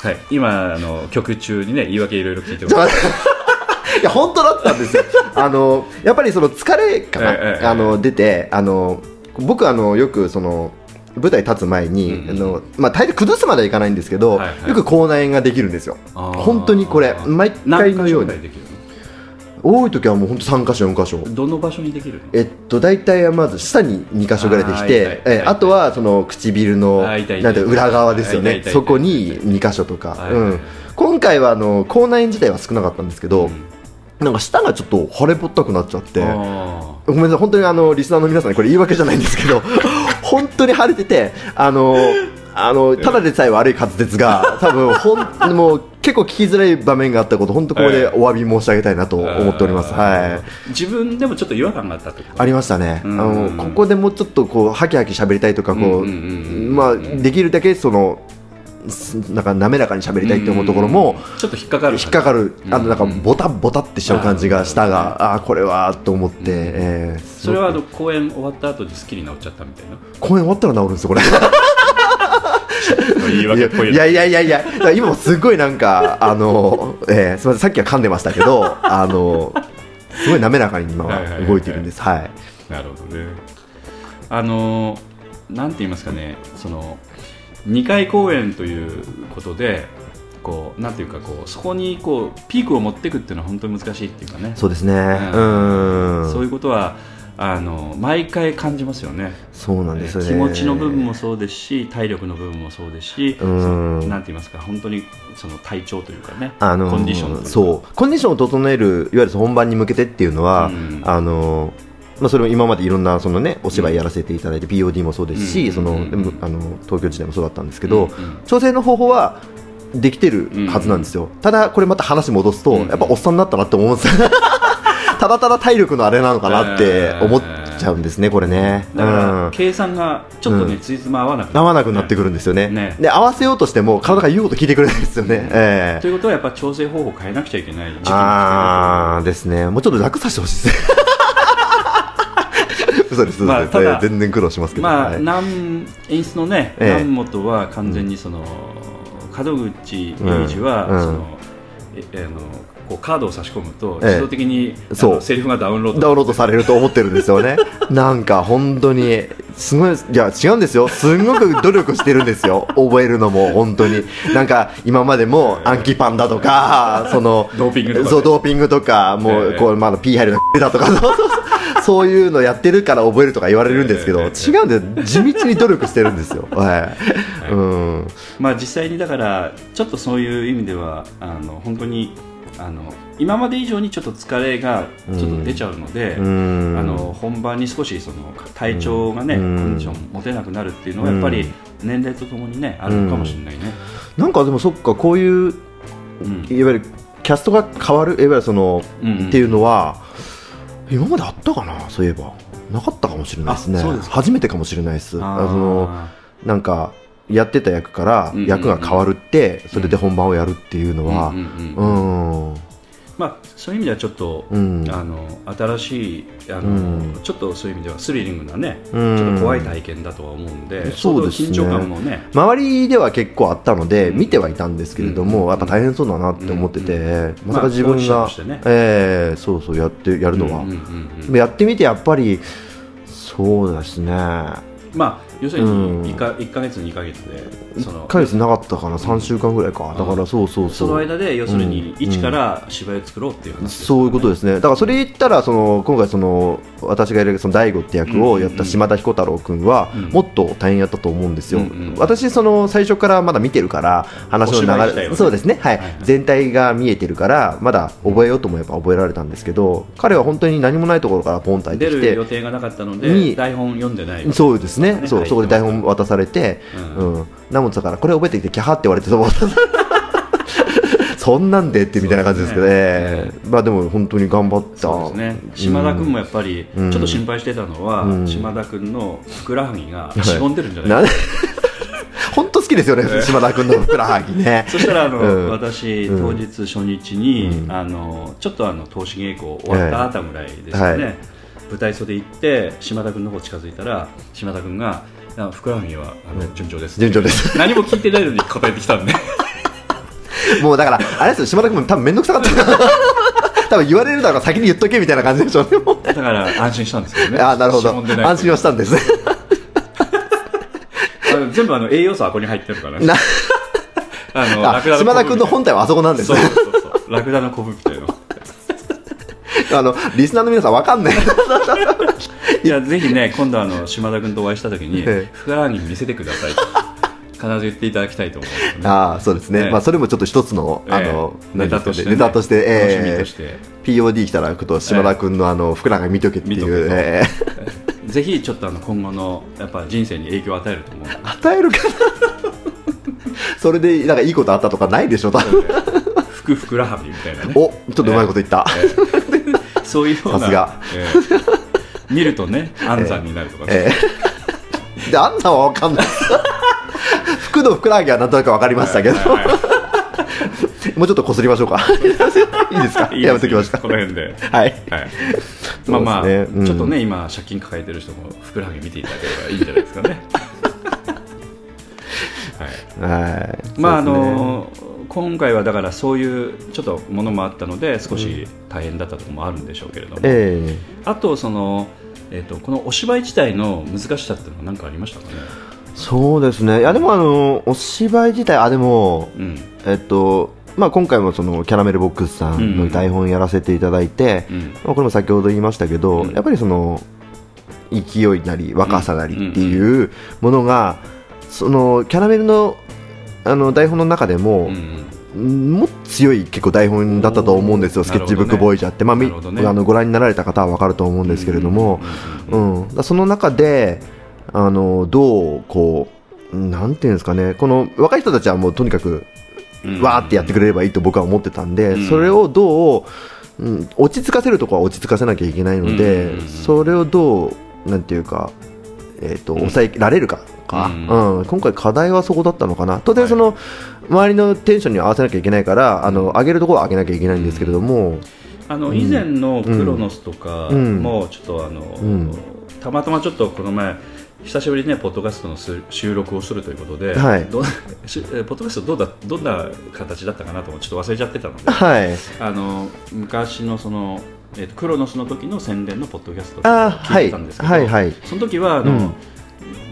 Speaker 3: はい、今あの曲中にね言い訳いろいろ聞いて
Speaker 4: ちょ
Speaker 3: ま
Speaker 4: っと待って いや本当だった んですよ。あのやっぱりその疲れかな、
Speaker 3: ええええ
Speaker 4: あの出てあの僕あのよくその舞台立つ前に、
Speaker 3: うんうん
Speaker 4: あのまあ体調崩すまではいかないんですけ
Speaker 3: は
Speaker 4: ど、
Speaker 3: いはい
Speaker 4: よく口内炎ができるんですよ。
Speaker 3: あー
Speaker 4: 本当にこれ毎
Speaker 3: 何
Speaker 4: 回の
Speaker 3: 箇
Speaker 4: よ
Speaker 3: 所
Speaker 4: う
Speaker 3: ぐらい
Speaker 4: に
Speaker 3: できる
Speaker 4: 多い時はもう本当三箇所四箇所。
Speaker 3: のどの場所にできるの
Speaker 4: えっと、大体はまず下に2箇所ぐらいでき
Speaker 3: あー痛
Speaker 4: て
Speaker 3: い痛い
Speaker 4: え
Speaker 3: 痛い
Speaker 4: あとはその唇の
Speaker 3: あー痛い痛い
Speaker 4: なんて裏側ですよ
Speaker 3: あー痛い
Speaker 4: ね
Speaker 3: 痛い
Speaker 4: そこに2箇所とか、
Speaker 3: はいはい
Speaker 4: うん
Speaker 3: はい
Speaker 4: 今回はあの口内炎自体は少なかったんですけど、なんか舌がちょっと腫れぼったくなっちゃって
Speaker 3: あ
Speaker 4: ごめんなさい本当にあのリスナーの皆さんにこれ言い訳じゃないんですけ ど本当に腫れててあのあのただでさえ悪い滑舌が多分ほんもう結構聞きづらい場面があったこと本当ここでお詫び申し上げたいなと
Speaker 3: ー
Speaker 4: 思っております。はい
Speaker 3: 自分でもちょっと違和感があったってこと
Speaker 4: ありましたね、
Speaker 3: うん
Speaker 4: あのここでもうちょっとこうハキハキ喋りたいとかこう、
Speaker 3: うんうんうんうん
Speaker 4: まあ、できるだけそのすなんか滑らかに喋りたいって思うところも
Speaker 3: ちょっと引っかかる
Speaker 4: 引っかかる、あのなんか
Speaker 3: うんうん
Speaker 4: ボタボタってしちゃう感じが舌
Speaker 3: あーなるほ
Speaker 4: が、ああーこれはと思って、
Speaker 3: うん
Speaker 4: えー
Speaker 3: それはあの公演終わった後にスッキリ治っちゃったみたいな
Speaker 4: 公演終わったら治るんですよこれ
Speaker 3: 言い訳っぽい
Speaker 4: いやいやいやいやだから今もすごいなんかあの、えーすみませんさっきは噛んでましたけ どあのすごい滑らかに今
Speaker 3: はいはいはい
Speaker 4: は
Speaker 3: はい
Speaker 4: 動いてるんですはい
Speaker 3: なるほどねあのなんて言いますかねその2回公演ということでこうなんていうかこうそこにこうピークを持っていくっていうのは本当に難しいっていうかね
Speaker 4: そうですね
Speaker 3: う
Speaker 4: うんん
Speaker 3: そういうことはあの毎回感じますよね
Speaker 4: そうなんですよね
Speaker 3: 気持ちの部分もそうですし体力の部分もそうですし、
Speaker 4: うん
Speaker 3: そのなんて言いますか本当にその体調というかね、
Speaker 4: あのー
Speaker 3: コンディションといか
Speaker 4: そうコンディションを整えるいわゆる本番に向けてっていうのは、
Speaker 3: うん
Speaker 4: あのーまあ、それも今までいろんなその、ね、お芝居やらせていただいて、POD もそうですし、
Speaker 3: うん
Speaker 4: その
Speaker 3: うん
Speaker 4: でもあの東京時代もそうだったんですけど、
Speaker 3: うんうん
Speaker 4: 調整の方法はできてるはずなんですよ、ただこれまた話戻すと、
Speaker 3: うん
Speaker 4: やっぱおっさんになったなって思うんです よただただ体力のあれなのかなって思っちゃうんですね、これね。
Speaker 3: だから、
Speaker 4: うん
Speaker 3: 計算がちょっとね、
Speaker 4: うん
Speaker 3: ついつま合わなく
Speaker 4: 合わなくなって
Speaker 3: く
Speaker 4: くるんですよね
Speaker 3: ね
Speaker 4: で合わせようとしても体が言うこと聞いてくれないですよね、ええ
Speaker 3: ということはやっぱ調整方法を変えなくちゃいけない時期に来てる
Speaker 4: あーですねもうちょっと楽させてほしい ですね嘘です、嘘です
Speaker 3: まあただ
Speaker 4: 全然苦労しますけど、
Speaker 3: まあ、
Speaker 4: はい
Speaker 3: なん演出のね、
Speaker 4: ええ
Speaker 3: 南本は完全にその、門口英二は、
Speaker 4: うん
Speaker 3: そのえあのこうカードを差し込むと
Speaker 4: ええ
Speaker 3: 自動的に、
Speaker 4: そう
Speaker 3: あのセリフがダウンロード
Speaker 4: ダウンロードされると思ってるんで すよねなんか本当にすごいいや違うんですよすんごく努力してるんですよ覚えるのも本当になんか今までも暗記パンだとか その
Speaker 3: ドーピングとかね
Speaker 4: そうドーピングとかもう
Speaker 3: ええ
Speaker 4: こうまだピー入るの だとかそうそうそうそういうのやってるから覚えるとか言われるんですけど、
Speaker 3: ええ
Speaker 4: 違うんですよ地道に努力してるんですよ、はい、うん
Speaker 3: まあ、実際にだからちょっとそういう意味ではあの本当にあの今まで以上にちょっと疲れがちょっと出ちゃうので、
Speaker 4: うん
Speaker 3: あの本番に少しその体調がね、
Speaker 4: うん
Speaker 3: コンディション持てなくなるっていうのはやっぱり年齢とともにねあるのかもしれないね。
Speaker 4: なんかでもそっかこういう
Speaker 3: うん
Speaker 4: いわゆるキャストが変わるいわゆるその、
Speaker 3: うんうん
Speaker 4: っていうのは今まであったかなそういえばなかったかもしれないですね
Speaker 3: あそうですか
Speaker 4: 初めてかもしれないですあの
Speaker 3: あ
Speaker 4: なんかやってた役から
Speaker 3: うんうんうん
Speaker 4: 役が変わるって、それで本番をやるっていうの
Speaker 3: ー
Speaker 4: は
Speaker 3: うんうん
Speaker 4: う
Speaker 3: うん
Speaker 4: ん
Speaker 3: まあ、そういう意味ではちょっと、
Speaker 4: うん
Speaker 3: あの新しいあの、
Speaker 4: うん
Speaker 3: ちょっとそういう意味ではスリリングなね、
Speaker 4: うん
Speaker 3: ちょっと怖い体験だとは思うんで
Speaker 4: そうですね
Speaker 3: 相当緊張感もね
Speaker 4: 周りでは結構あったので、
Speaker 3: うん
Speaker 4: 見てはいたんですけれど
Speaker 3: うんうん
Speaker 4: も、やっぱ大変そうだなって思ってて、
Speaker 3: うん
Speaker 4: まさか自分
Speaker 3: まあ当事者
Speaker 4: が
Speaker 3: と、してね
Speaker 4: ええそうそうやってやるのは、
Speaker 3: うんうんうんうん
Speaker 4: やってみてやっぱりそうですね
Speaker 3: まあ、要する
Speaker 4: うん
Speaker 3: に 1, か1ヶ月2ヶ月でそ
Speaker 4: 1
Speaker 3: の
Speaker 4: ヶ月なかったから3週間ぐらいか、だからそうそう
Speaker 3: そ
Speaker 4: そ
Speaker 3: うの間で要するに
Speaker 4: うん
Speaker 3: 一から芝居を作ろうっていう話です
Speaker 4: そういうことですねだからそれ言ったらその今回その私がやるその大悟って役をやっ
Speaker 3: うんうんうん
Speaker 4: た島田彦太郎君は
Speaker 3: うん
Speaker 4: もっと大変やったと思うんですよ、
Speaker 3: うんうん
Speaker 4: 私その最初からまだ見てるから話
Speaker 3: お芝居
Speaker 4: の
Speaker 3: 自
Speaker 4: 流
Speaker 3: 体は
Speaker 4: れ、
Speaker 3: ね
Speaker 4: そうですねはい、
Speaker 3: はいはい
Speaker 4: 全体が見えてるからまだ覚えようと思えば覚えられたんですけど彼は本当に何もないところからポンと入って
Speaker 3: 出
Speaker 4: き
Speaker 3: る
Speaker 4: て
Speaker 3: 予定がなかったので
Speaker 4: に
Speaker 3: 台本読んでない
Speaker 4: そうですね、
Speaker 3: ね
Speaker 4: そ
Speaker 3: は
Speaker 4: う
Speaker 3: い
Speaker 4: そこで台本渡されて、
Speaker 3: う
Speaker 4: うんん、ナモトさんからこれ覚えてきて、キャハって言われてと思った そんなんでってみたいな感じですけどね、
Speaker 3: そうです
Speaker 4: まあでも本当に頑張った、
Speaker 3: そうですね島田君もやっぱりちょ
Speaker 4: う
Speaker 3: っ
Speaker 4: ん
Speaker 3: と心配してたのは、
Speaker 4: うん
Speaker 3: 島田君のふくらはぎが
Speaker 4: はい
Speaker 3: しぼんでるんじゃないか、
Speaker 4: な 本当好きですよね、島田君のふくらはぎね。
Speaker 3: そしたらあの、
Speaker 4: うん
Speaker 3: 私
Speaker 4: うん
Speaker 3: 当日初日に、
Speaker 4: うん
Speaker 3: あのちょっとあの投資稽古終わった後ぐらいですよね、
Speaker 4: は
Speaker 3: 舞台袖行って島田君の方近づいたら島田君があ「ふくらはぎはあの順調です」
Speaker 4: 順調です
Speaker 3: 何も聞いてないのに答えてきたんで
Speaker 4: もうだから、あれですよ、島田君も多分面倒くさかった。多 分言われるだろう、先に言っとけみたいな感じでしょうね。もう
Speaker 3: だから安心したんですけどね
Speaker 4: あーなるほど。
Speaker 3: 指紋でない
Speaker 4: 安心はしたんですね。
Speaker 3: あの全部あの栄養素はここに入ってるからね
Speaker 4: な
Speaker 3: あの
Speaker 4: あ
Speaker 3: ラクダ
Speaker 4: 島田君の本体はあそこなんです
Speaker 3: そう
Speaker 4: ね。
Speaker 3: そうそうラクダのコブみた いな
Speaker 4: あの、リスナーの皆さんわかんない。
Speaker 3: いやぜひね今度あの島田君とお会いした時に
Speaker 4: ええ
Speaker 3: ふくらはぎ見せてくださいと必ず言っていただきたいと思うんですよね
Speaker 4: ああ、そうですね。
Speaker 3: ええ
Speaker 4: まあ、それもちょっと一つの、あ
Speaker 3: ええ
Speaker 4: の、
Speaker 3: ネタとしてね
Speaker 4: ネタとして、
Speaker 3: 楽しみとして
Speaker 4: ええ POD 来たら、と島田君のあの、ふくらはぎ見とけってい
Speaker 3: 見とけ
Speaker 4: う、
Speaker 3: と
Speaker 4: ええ
Speaker 3: ぜひちょっとあの今後のやっぱ人生に影響を与えると思 うんで
Speaker 4: 与えるかなそれで、なんかいいことあったとかないでしょ、多分。
Speaker 3: ふくふくらはぎみたいなね
Speaker 4: お、ちょっとうまいこと言った。
Speaker 3: そういうような
Speaker 4: さすが
Speaker 3: ええ見るとね安産になるとかね、
Speaker 4: ええで、あんなんはわかんない。服のふくらはぎはなんとなくわかりましたけど、
Speaker 3: はいはいは
Speaker 4: もうちょっとこすりましょうか。 いいですか
Speaker 3: いいいです
Speaker 4: やめときますか。
Speaker 3: この辺で
Speaker 4: はい。
Speaker 3: はい、まあまあ、
Speaker 4: そうですねうん
Speaker 3: ちょっとね今借金抱えてる人もふくらはぎ見ていただければいいんじゃないですかねはい
Speaker 4: はい。
Speaker 3: まああ
Speaker 4: そうですね
Speaker 3: の今回はだからそういうちょっとものもあったので少し大変だったところもあるんでしょうけれども、
Speaker 4: ええ
Speaker 3: あとその、えっとこのお芝居自体の難しさっていうのは何かありましたかね、
Speaker 4: そうですね。いや、でもあの、お芝居自体、あ、でも、
Speaker 3: うん
Speaker 4: えっと、まあ今回もそのキャラメルボックスさんの台本やらせていただいて、
Speaker 3: うん
Speaker 4: まあ、これも先ほど言いましたけど、
Speaker 3: うん
Speaker 4: やっぱりその勢いなり若さなりっていうものが、そのキャラメルのあの台本の中でも
Speaker 3: うんう、ん
Speaker 4: もっと強い結構台本だったと思うんですよ、
Speaker 3: おー
Speaker 4: スケッチブックボーイジャーって、まあみ
Speaker 3: なるほどね
Speaker 4: あのご覧になられた方は分かると思うんですけれども、うんだからその中であのどうこうなんていうんですかねこの若い人たちはもうとにかく
Speaker 3: うん
Speaker 4: わーってやってくれればいいと僕は思ってたんで、
Speaker 3: うん
Speaker 4: それをどう、うん、落ち着かせるとこは落ち着かせなきゃいけないので、
Speaker 3: うん
Speaker 4: それをどうなんていうか、えー、と抑えられるかか、
Speaker 3: う
Speaker 4: うんん今回課題はそこだったのかな当
Speaker 3: は
Speaker 4: 然
Speaker 3: い
Speaker 4: その、周りのテンションに合わせなきゃいけないからあの上げるところは上げなきゃいけないんですけれども、
Speaker 3: あの以前のクロノスとか
Speaker 4: うん
Speaker 3: もちょっとあの、
Speaker 4: ん
Speaker 3: たまたまちょっとこの前久しぶりにねポッドキャストのす収録をするということで、
Speaker 4: はい
Speaker 3: どう しえポッドキャストどうだどんな形だったかなともちょっと忘れちゃってたので
Speaker 4: はい
Speaker 3: あの昔のその、えっとクロノスの時の宣伝のポッドキャストを
Speaker 4: あーは
Speaker 3: 聞いて
Speaker 4: い
Speaker 3: たんですけど、
Speaker 4: はいはい
Speaker 3: その時はあの、
Speaker 4: うん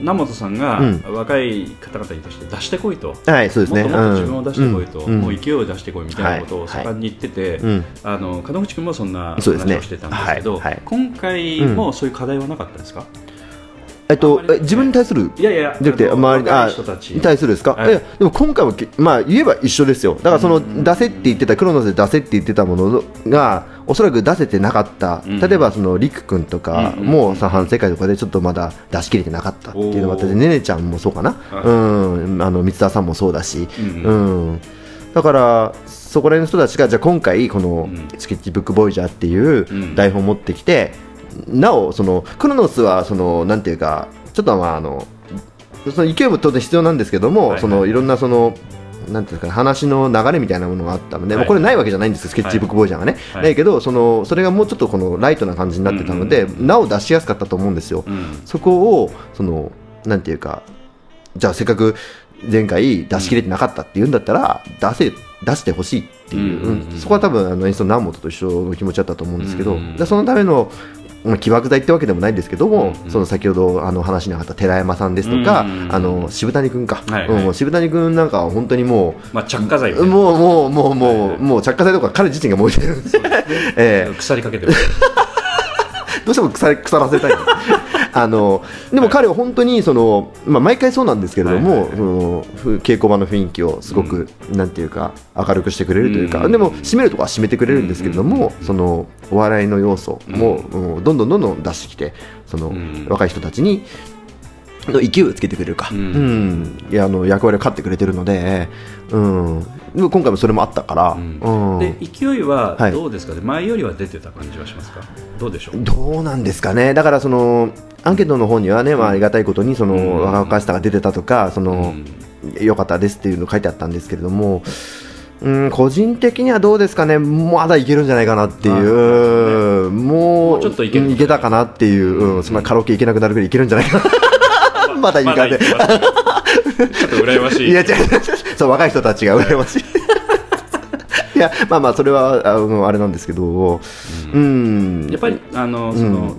Speaker 3: 名本さんが
Speaker 4: うん
Speaker 3: 若い方々に対して出してこいと、
Speaker 4: はいそうです
Speaker 3: もっと
Speaker 4: ね
Speaker 3: もっと自分を出してこいと、
Speaker 4: うんうん
Speaker 3: もう勢いを出してこいみたいなことを盛んに言ってて、
Speaker 4: うん
Speaker 3: あの門口君もそんな話
Speaker 4: そう
Speaker 3: を
Speaker 4: ですね
Speaker 3: してたんですけど、
Speaker 4: はいはい
Speaker 3: 今回もそういう課題はなかったですか、
Speaker 4: えっと
Speaker 3: あんまりね
Speaker 4: え自分に対する
Speaker 3: いやいや
Speaker 4: じゃなくて
Speaker 3: あの
Speaker 4: 周り
Speaker 3: 若
Speaker 4: あ
Speaker 3: い人たち
Speaker 4: に対するですか、
Speaker 3: はい
Speaker 4: い、やでも今回もけ、まあ、言えば一緒ですよ、だからその、出せって言ってた、クロノスで出せって言ってたものが、おそらく出せてなかった、
Speaker 3: うん
Speaker 4: 例えばそのりく君とか
Speaker 3: うんうんうん
Speaker 4: も、さ反省会とかでちょっとまだ出し切れてなかったっていうのがあって、
Speaker 3: おー
Speaker 4: ねねちゃんもそうかな、
Speaker 3: はい
Speaker 4: うん、あの三田さんもそうだし、
Speaker 3: うん
Speaker 4: う
Speaker 3: うん
Speaker 4: んだから、そこら辺の人たちが、じゃあ今回、この
Speaker 3: うん
Speaker 4: スケッチブックボイジャーっていう
Speaker 3: うん
Speaker 4: 台本を持ってきて、なお、そのクロノスはその、なんていうか、ちょっとまああの、その勢いも当然必要なんですけども、
Speaker 3: はいはい
Speaker 4: いそのいろんなその、なんていうか、話の流れみたいなものがあったので、
Speaker 3: はい
Speaker 4: まあこれないわけじゃないんですよ、スケッチブックボイジャーがね。
Speaker 3: はい
Speaker 4: ないけどその、それがもうちょっとこのライトな感じになってたので、
Speaker 3: うんうんうん
Speaker 4: なお出しやすかったと思うんですよ。
Speaker 3: うん
Speaker 4: そこを、その、なんていうか、じゃあせっかく前回出し切れてなかったっていうんだったら、出せ、出してほしいっていう、
Speaker 3: うんうんうん
Speaker 4: うんそこは多分、あの、演奏南本と一緒の気持ちだったと思うんですけど、
Speaker 3: うんうんうん
Speaker 4: でそのための、まあ起爆剤ってわけでもないんですけども、
Speaker 3: うんうん
Speaker 4: その先ほどあの話に上がった寺山さんですとか、
Speaker 3: うんうんうん
Speaker 4: あの渋谷君か、
Speaker 3: はいはい
Speaker 4: うん渋谷君なんかは本当にも
Speaker 3: まあ、着火剤
Speaker 4: う、
Speaker 3: みたいな
Speaker 4: もうもうもうもう、
Speaker 3: はいはい
Speaker 4: もう着火剤とか彼自身が燃えてるんで、ええ
Speaker 3: 腐りかけてる
Speaker 4: どうしても腐り腐らせたい あのでも彼は本当にその、まあ、毎回そうなんですけれども、
Speaker 3: はいはいはい
Speaker 4: そのふ稽古場の雰囲気をすごく、なんていうか明るくしてくれるというか、
Speaker 3: うん
Speaker 4: でも締めるとこは締めてくれるんですけれども、そのお笑いの要素も、うんどんどんどんどん出してきてその、
Speaker 3: うん
Speaker 4: 若い人たちにの勢いをつけてくれるか、
Speaker 3: う
Speaker 4: うんんいやあの役割を勝ってくれてるので,、うん、でも今回もそれもあったから。
Speaker 3: うん
Speaker 4: うん
Speaker 3: で勢いは
Speaker 4: はい
Speaker 3: どうですかね、前よりは出てた感じはしますかどうでしょう
Speaker 4: どうなんですかね、だからそのアンケートの方にはね、まあ、ありがたいことにそ
Speaker 3: うん
Speaker 4: の若々しさが出てたとか、その良かったですっていうの書いてあったんですけれども、うん、個人的にはどうですかね、まだいけるんじゃないかなっていう、も
Speaker 3: もう
Speaker 4: う
Speaker 3: ちょっといける
Speaker 4: うんたかなっていう、うん、つまりカラオケ行けなくなるぐらいいけるんじゃないかな、 まだいい
Speaker 3: まだ
Speaker 4: か
Speaker 3: 行
Speaker 4: ね
Speaker 3: き。ますちょっと羨ましい
Speaker 4: いや違う違う違うそう若い人たちが羨ましいいやまあまあそれはあのあれなんですけどうん
Speaker 3: やっぱりあのその、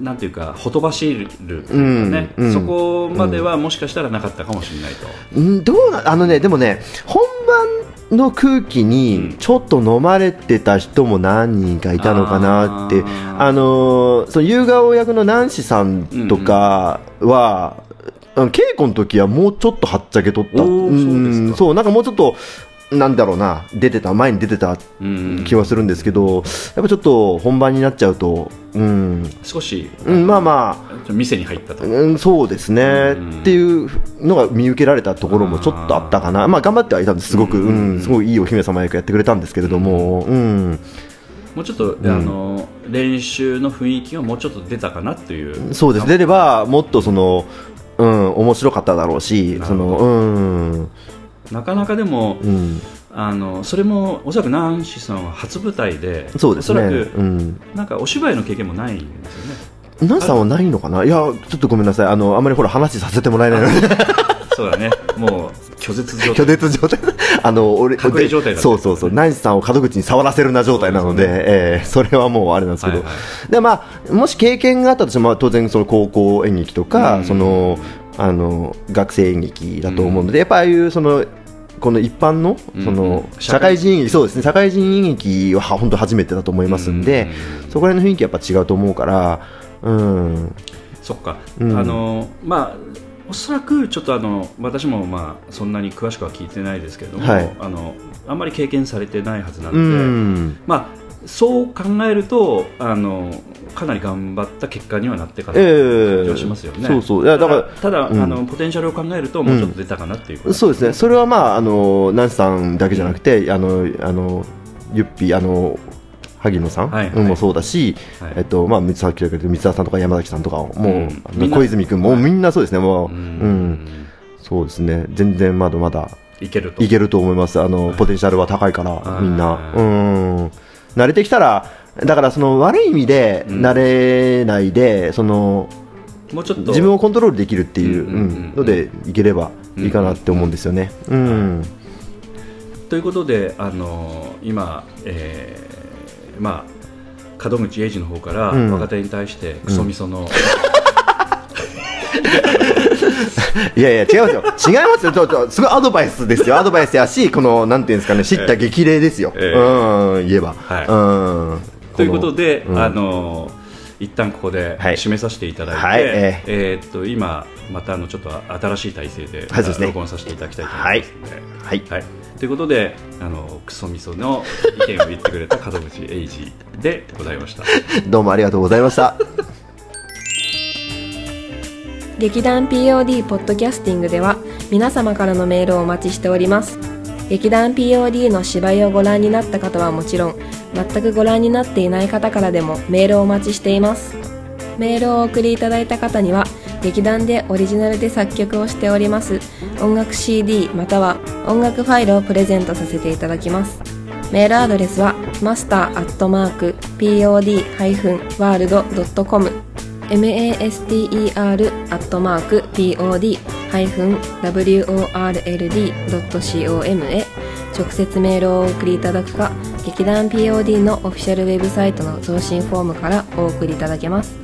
Speaker 3: なんていうかほとばしるっていうかね、
Speaker 4: うんうん
Speaker 3: そこまではもしかしたらなかったかもしれないと、
Speaker 4: うんどうなあのねでもね本番の空気にちょっと飲まれてた人も何人かいたのかなって
Speaker 3: あー
Speaker 4: あのーその夕顔役のナンシさんとかは、あの稽古の時はもうちょっとはっちゃけとった
Speaker 3: おー
Speaker 4: ん
Speaker 3: そうですか
Speaker 4: そうなんかもうちょっとなんだろうな出てた前に出てた
Speaker 3: うん
Speaker 4: 気はするんですけど、やっぱちょっと本番になっちゃうとうん、
Speaker 3: 少し、
Speaker 4: うん、まあまあ
Speaker 3: 店に入ったと、
Speaker 4: うん、そうですね、
Speaker 3: うん
Speaker 4: っていうのが見受けられたところもちょっとあったかな、まあ、頑張ってはいたんです、すごく、
Speaker 3: う
Speaker 4: うんんすごいいいお姫様役やってくれたんですけれども、うん
Speaker 3: もうちょっと、あの練習の雰囲気がもうちょっと出たかなっていう
Speaker 4: そうです、出れば、もっとその、うん、面白かっただろうし、
Speaker 3: な
Speaker 4: そ
Speaker 3: るほ
Speaker 4: のうん、
Speaker 3: なかなかでも、
Speaker 4: うん、
Speaker 3: あのそれもおそらくナンシさんは初舞台で
Speaker 4: そうですね、
Speaker 3: おそらく、
Speaker 4: うん、
Speaker 3: なんかお芝居の経験もないんですよね
Speaker 4: ナンさんはないのかな、いや、ちょっとごめんなさい、あのあまりほら、話させてもらえないので、
Speaker 3: そうだねもう拒絶 状態
Speaker 4: 拒絶状態、あの俺、
Speaker 3: 隔離状態だった
Speaker 4: そうそうそう、ナンシさんを門口に触らせるな状態なの
Speaker 3: そ
Speaker 4: で、
Speaker 3: うで
Speaker 4: えーそれはもうあれなんですけど。
Speaker 3: はいはい
Speaker 4: でまあ、もし経験があったとしても、まあ当然その高校演劇とか、
Speaker 3: うん
Speaker 4: そのあの学生演劇だと思うので、やっぱああいうそのこの一般の
Speaker 3: うん
Speaker 4: その
Speaker 3: 社会
Speaker 4: 社会人演劇そうですね社会人演劇は本当初めてだと思いますんで、
Speaker 3: うん
Speaker 4: そこら辺の雰囲気やっぱ違うと思うから、うん、
Speaker 3: そっか、
Speaker 4: うん
Speaker 3: あのまあおそらくちょっとあの私もまあそんなに詳しくは聞いてないですけれども、
Speaker 4: はい
Speaker 3: あのあんまり経験されてないはずなの
Speaker 4: う
Speaker 3: で、
Speaker 4: ん、
Speaker 3: まあそう考えるとあのかなり頑張った結果にはなってから
Speaker 4: え
Speaker 3: 感
Speaker 4: え
Speaker 3: じはしますよね。
Speaker 4: そうそういやだから
Speaker 3: ただ
Speaker 4: うん
Speaker 3: あのポテンシャルを考えるともうちょっと出たかなっていうこと、
Speaker 4: そうですね、それはまああのナンシさんだけじゃなくて、あのあのゆっぴあの萩野さん、
Speaker 3: はいはい
Speaker 4: もそうだし、
Speaker 3: はい
Speaker 4: えっとまあ三沢明だけど三沢さんとか山崎さんとかもう、
Speaker 3: うん
Speaker 4: あの
Speaker 3: みんな
Speaker 4: 小泉君も、
Speaker 3: はい
Speaker 4: みんなそうですねもう、
Speaker 3: う
Speaker 4: うんんそうですね全然まだまだ
Speaker 3: いけると
Speaker 4: いけると思いますあの、
Speaker 3: はい
Speaker 4: ポテンシャルは高いから、
Speaker 3: はい
Speaker 4: みんな、
Speaker 3: はい
Speaker 4: うん慣れてきたらだからその悪い意味で
Speaker 3: うん
Speaker 4: 慣れないで、その
Speaker 3: もうちょっと
Speaker 4: 自分をコントロールできるっていう
Speaker 3: うんうんうんうん
Speaker 4: うんのでいければいいかなって思うんですよね。うん
Speaker 3: ということで、あの今、えーまあ、門口英二の方から
Speaker 4: うん
Speaker 3: 若手に対してクソみその、
Speaker 4: いやいや、違いますよ。違いますよ。ちょっと、すごいアドバイスですよ。アドバイスやし、この、なんていうんですかね、知った激励ですよ。
Speaker 3: ええ
Speaker 4: うん、言えば。うん。
Speaker 3: ということで、
Speaker 4: うん
Speaker 3: あの一旦ここで
Speaker 4: はい
Speaker 3: 締めさせていただいて、
Speaker 4: はい
Speaker 3: え
Speaker 4: え
Speaker 3: ーっと今またあのちょっと新しい体制で
Speaker 4: はいそうですね
Speaker 3: 録音させていただきたいと思いますので。
Speaker 4: このはい。
Speaker 3: はいということであのクソみその意見を言ってくれた門口英二でございました。
Speaker 4: どうもありがとうございました。
Speaker 2: 劇団 POD ポッドキャスティングでは皆様からのメールをお待ちしております劇団 POD の芝居をご覧になった方はもちろん全くご覧になっていない方からでもメールをお待ちしていますメールをお送りいただいた方には劇団でオリジナルで作曲をしております音楽 CD または音楽ファイルをプレゼントさせていただきますメールアドレスは master.pod-world.com master.pod-world.com へ直接メールをお送りいただくか劇団 POD のオフィシャルウェブサイトの送信フォームからお送りいただけます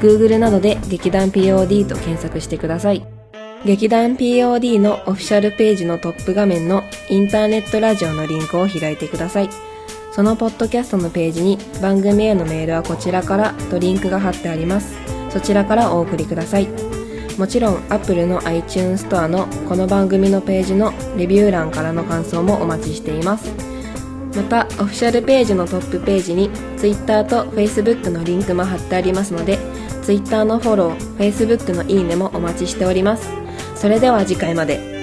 Speaker 2: Google などで劇団 POD と検索してください劇団 POD のオフィシャルページのトップ画面のインターネットラジオのリンクを開いてくださいそのポッドキャストのページに番組へのメールはこちらからとリンクが貼ってありますそちらからお送りくださいもちろん Apple の iTunes ストアのこの番組のページのレビュー欄からの感想もお待ちしていますまたオフィシャルページのトップページに Twitter と Facebook のリンクも貼ってありますので Twitter のフォロー Facebook のいいねもお待ちしておりますそれでは次回まで